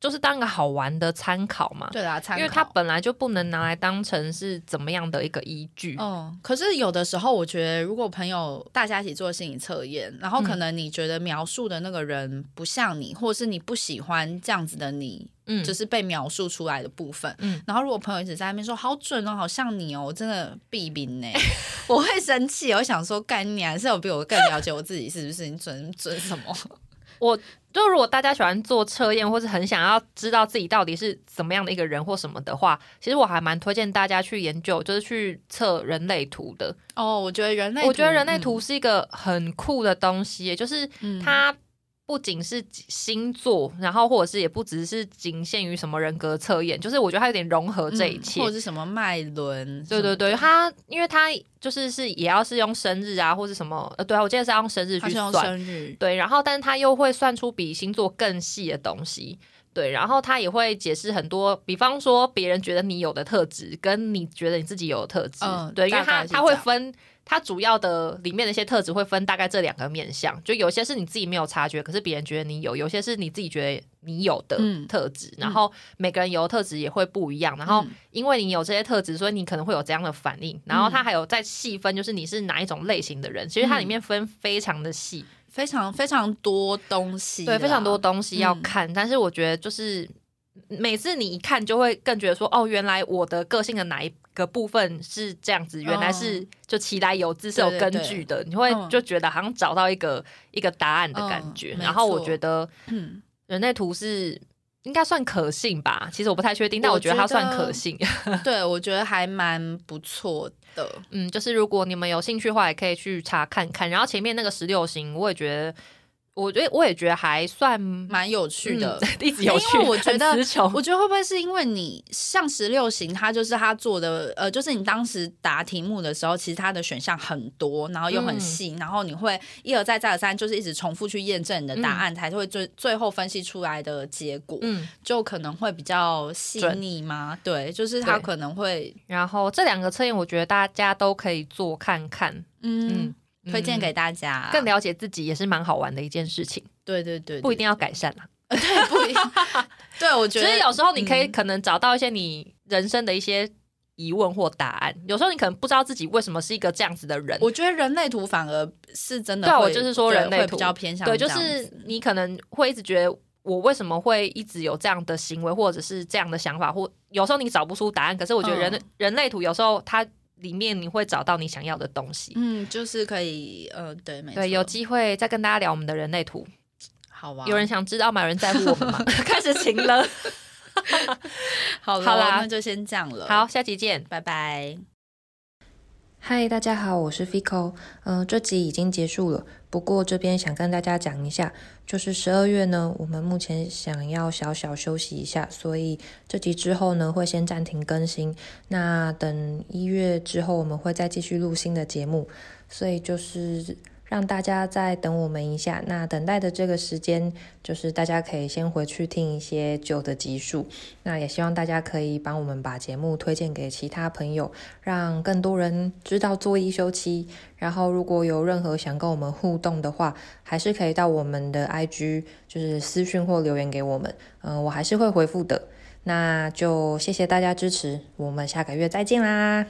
就是当一个好玩的参考嘛，
对啦，参
因为
考
它本来就不能拿来当成是怎么样的一个依据。
嗯，可是有的时候，我觉得如果朋友大家一起做心理测验，然后可
嗯
能你觉得描述的那个人不像你，或是你不喜欢这样子的你，
嗯，
就是被描述出来的部分。
嗯
然后如果朋友一直在那边说好准哦，好像你哦，我真的避名呢， 我会生气。我想说，干你还啊是有比我更了解我自己是不是？你准准什么？
就如果大家喜欢做测验，或是很想要知道自己到底是怎么样的一个人或什么的话，其实我还蛮推荐大家去研究，就是去测人类图的。
哦，我觉得人类，
我觉得人类图是一个很酷的东西耶，就是
嗯，嗯
它不仅是星座，然后或者是也不只是仅限于什么人格测验，就是我觉得它有点融合这一切。
嗯或者是什么脉轮，
嗯对对
什么，
对，它因为它就是是也要是用生日啊，或是什么呃，对啊，我记得是要用生日
他
去
是用
算，
生日，
对，然后但是它又会算出比星座更细的东西，对，然后它也会解释很多，比方说别人觉得你有的特质，跟你觉得你自己有的特质，
嗯
对，因为
大概
它
是
它会
这样
分。它主要的里面的一些特质会分大概这两个面向，就有些是你自己没有察觉，可是别人觉得你有；有些是你自己觉得你有的
嗯
特质，然后每个人有的特质也会不一样，然后
嗯
因为你有这些特质，所以你可能会有怎样的反应。然后它还有再细分，就是你是哪一种类型的人，其实它
嗯
里面分非常的细，
非常非常多东西啦，
对，非常多东西
嗯
要看。但是我觉得就是每次你一看，就会更觉得说，哦，原来我的个性的哪一个部分是这样子，原来是就其来有自是有
嗯对对
根
对
据的，你会
嗯
就觉得好像找到一个一个答案的感
嗯
觉。
没
然后我
错
觉得
嗯。
人类图是。应该算可信吧，其实我不太确定，但
我
我觉得它
觉得
算可信。
对，我觉得还蛮不错的。
嗯，就是如果你们有兴趣的话，也可以去查看看。然后前面那个十六型，我也觉得，我觉得我也觉得还算
蛮有趣的，
嗯 一直有趣。
因为我觉
很
得
词穷
我觉得会不会是因为你像十六型，它就是它做的，呃，就是你当时答题目的时候，其实它的选项很多，然后又
嗯
很细，然后你会一而再再而三，就是一直重复去验证你的答案，才会最最后分析出来的结果，
嗯，
就可能会比较细
准
腻吗？对，就是它
对
可能会，
然后这两个测验，我觉得大家都可以做看看，
嗯，推荐
嗯
给大家，
更了解自己，也是蛮好玩的一件事情，
对对对，
不一定要改善啦。
对，不一定， 对我觉
只
得
是有时候你可以
嗯
可能找到一些你人生的一些疑问或答案，有时候你可能不知道自己为什么是一个这样子的人。
我觉得人类图反而是真的
对
会，
啊我就是说
对
人类
会
图
比较偏向
对，就
这样
是
子
你可能会一直觉得我为什么会一直有这样的行为，或者是这样的想法，或有时候你找不出答案。可是我觉得人、
嗯
人类图有时候它里面你会找到你想要的东西。
嗯，就是可以呃，对，没错，
对，有机会再跟大家聊我们的人类图。
好啊，
有人想知道吗？有人在乎我们吗？开始行了，
好了，
好啦
那就先这样了，，
好，下集见。
拜拜。
嗨，大家好，我是 Fico。嗯、这集已经结束了，不过这边想跟大家讲一下，就是十二月呢，我们目前想要小小休息一下，所以这集之后呢会先暂停更新。那等一月之后，我们会再继续录新的节目，所以就是让大家再等我们一下。那等待的这个时间，就是大家可以先回去听一些旧的集数。那也希望大家可以帮我们把节目推荐给其他朋友。让更多人知道做一休七。然后，如果有任何想跟我们互动的话，还是可以到我们的 IG，就是私讯或留言给我们，嗯、我还是会回复的。那就谢谢大家支持，我们下个月再见啦。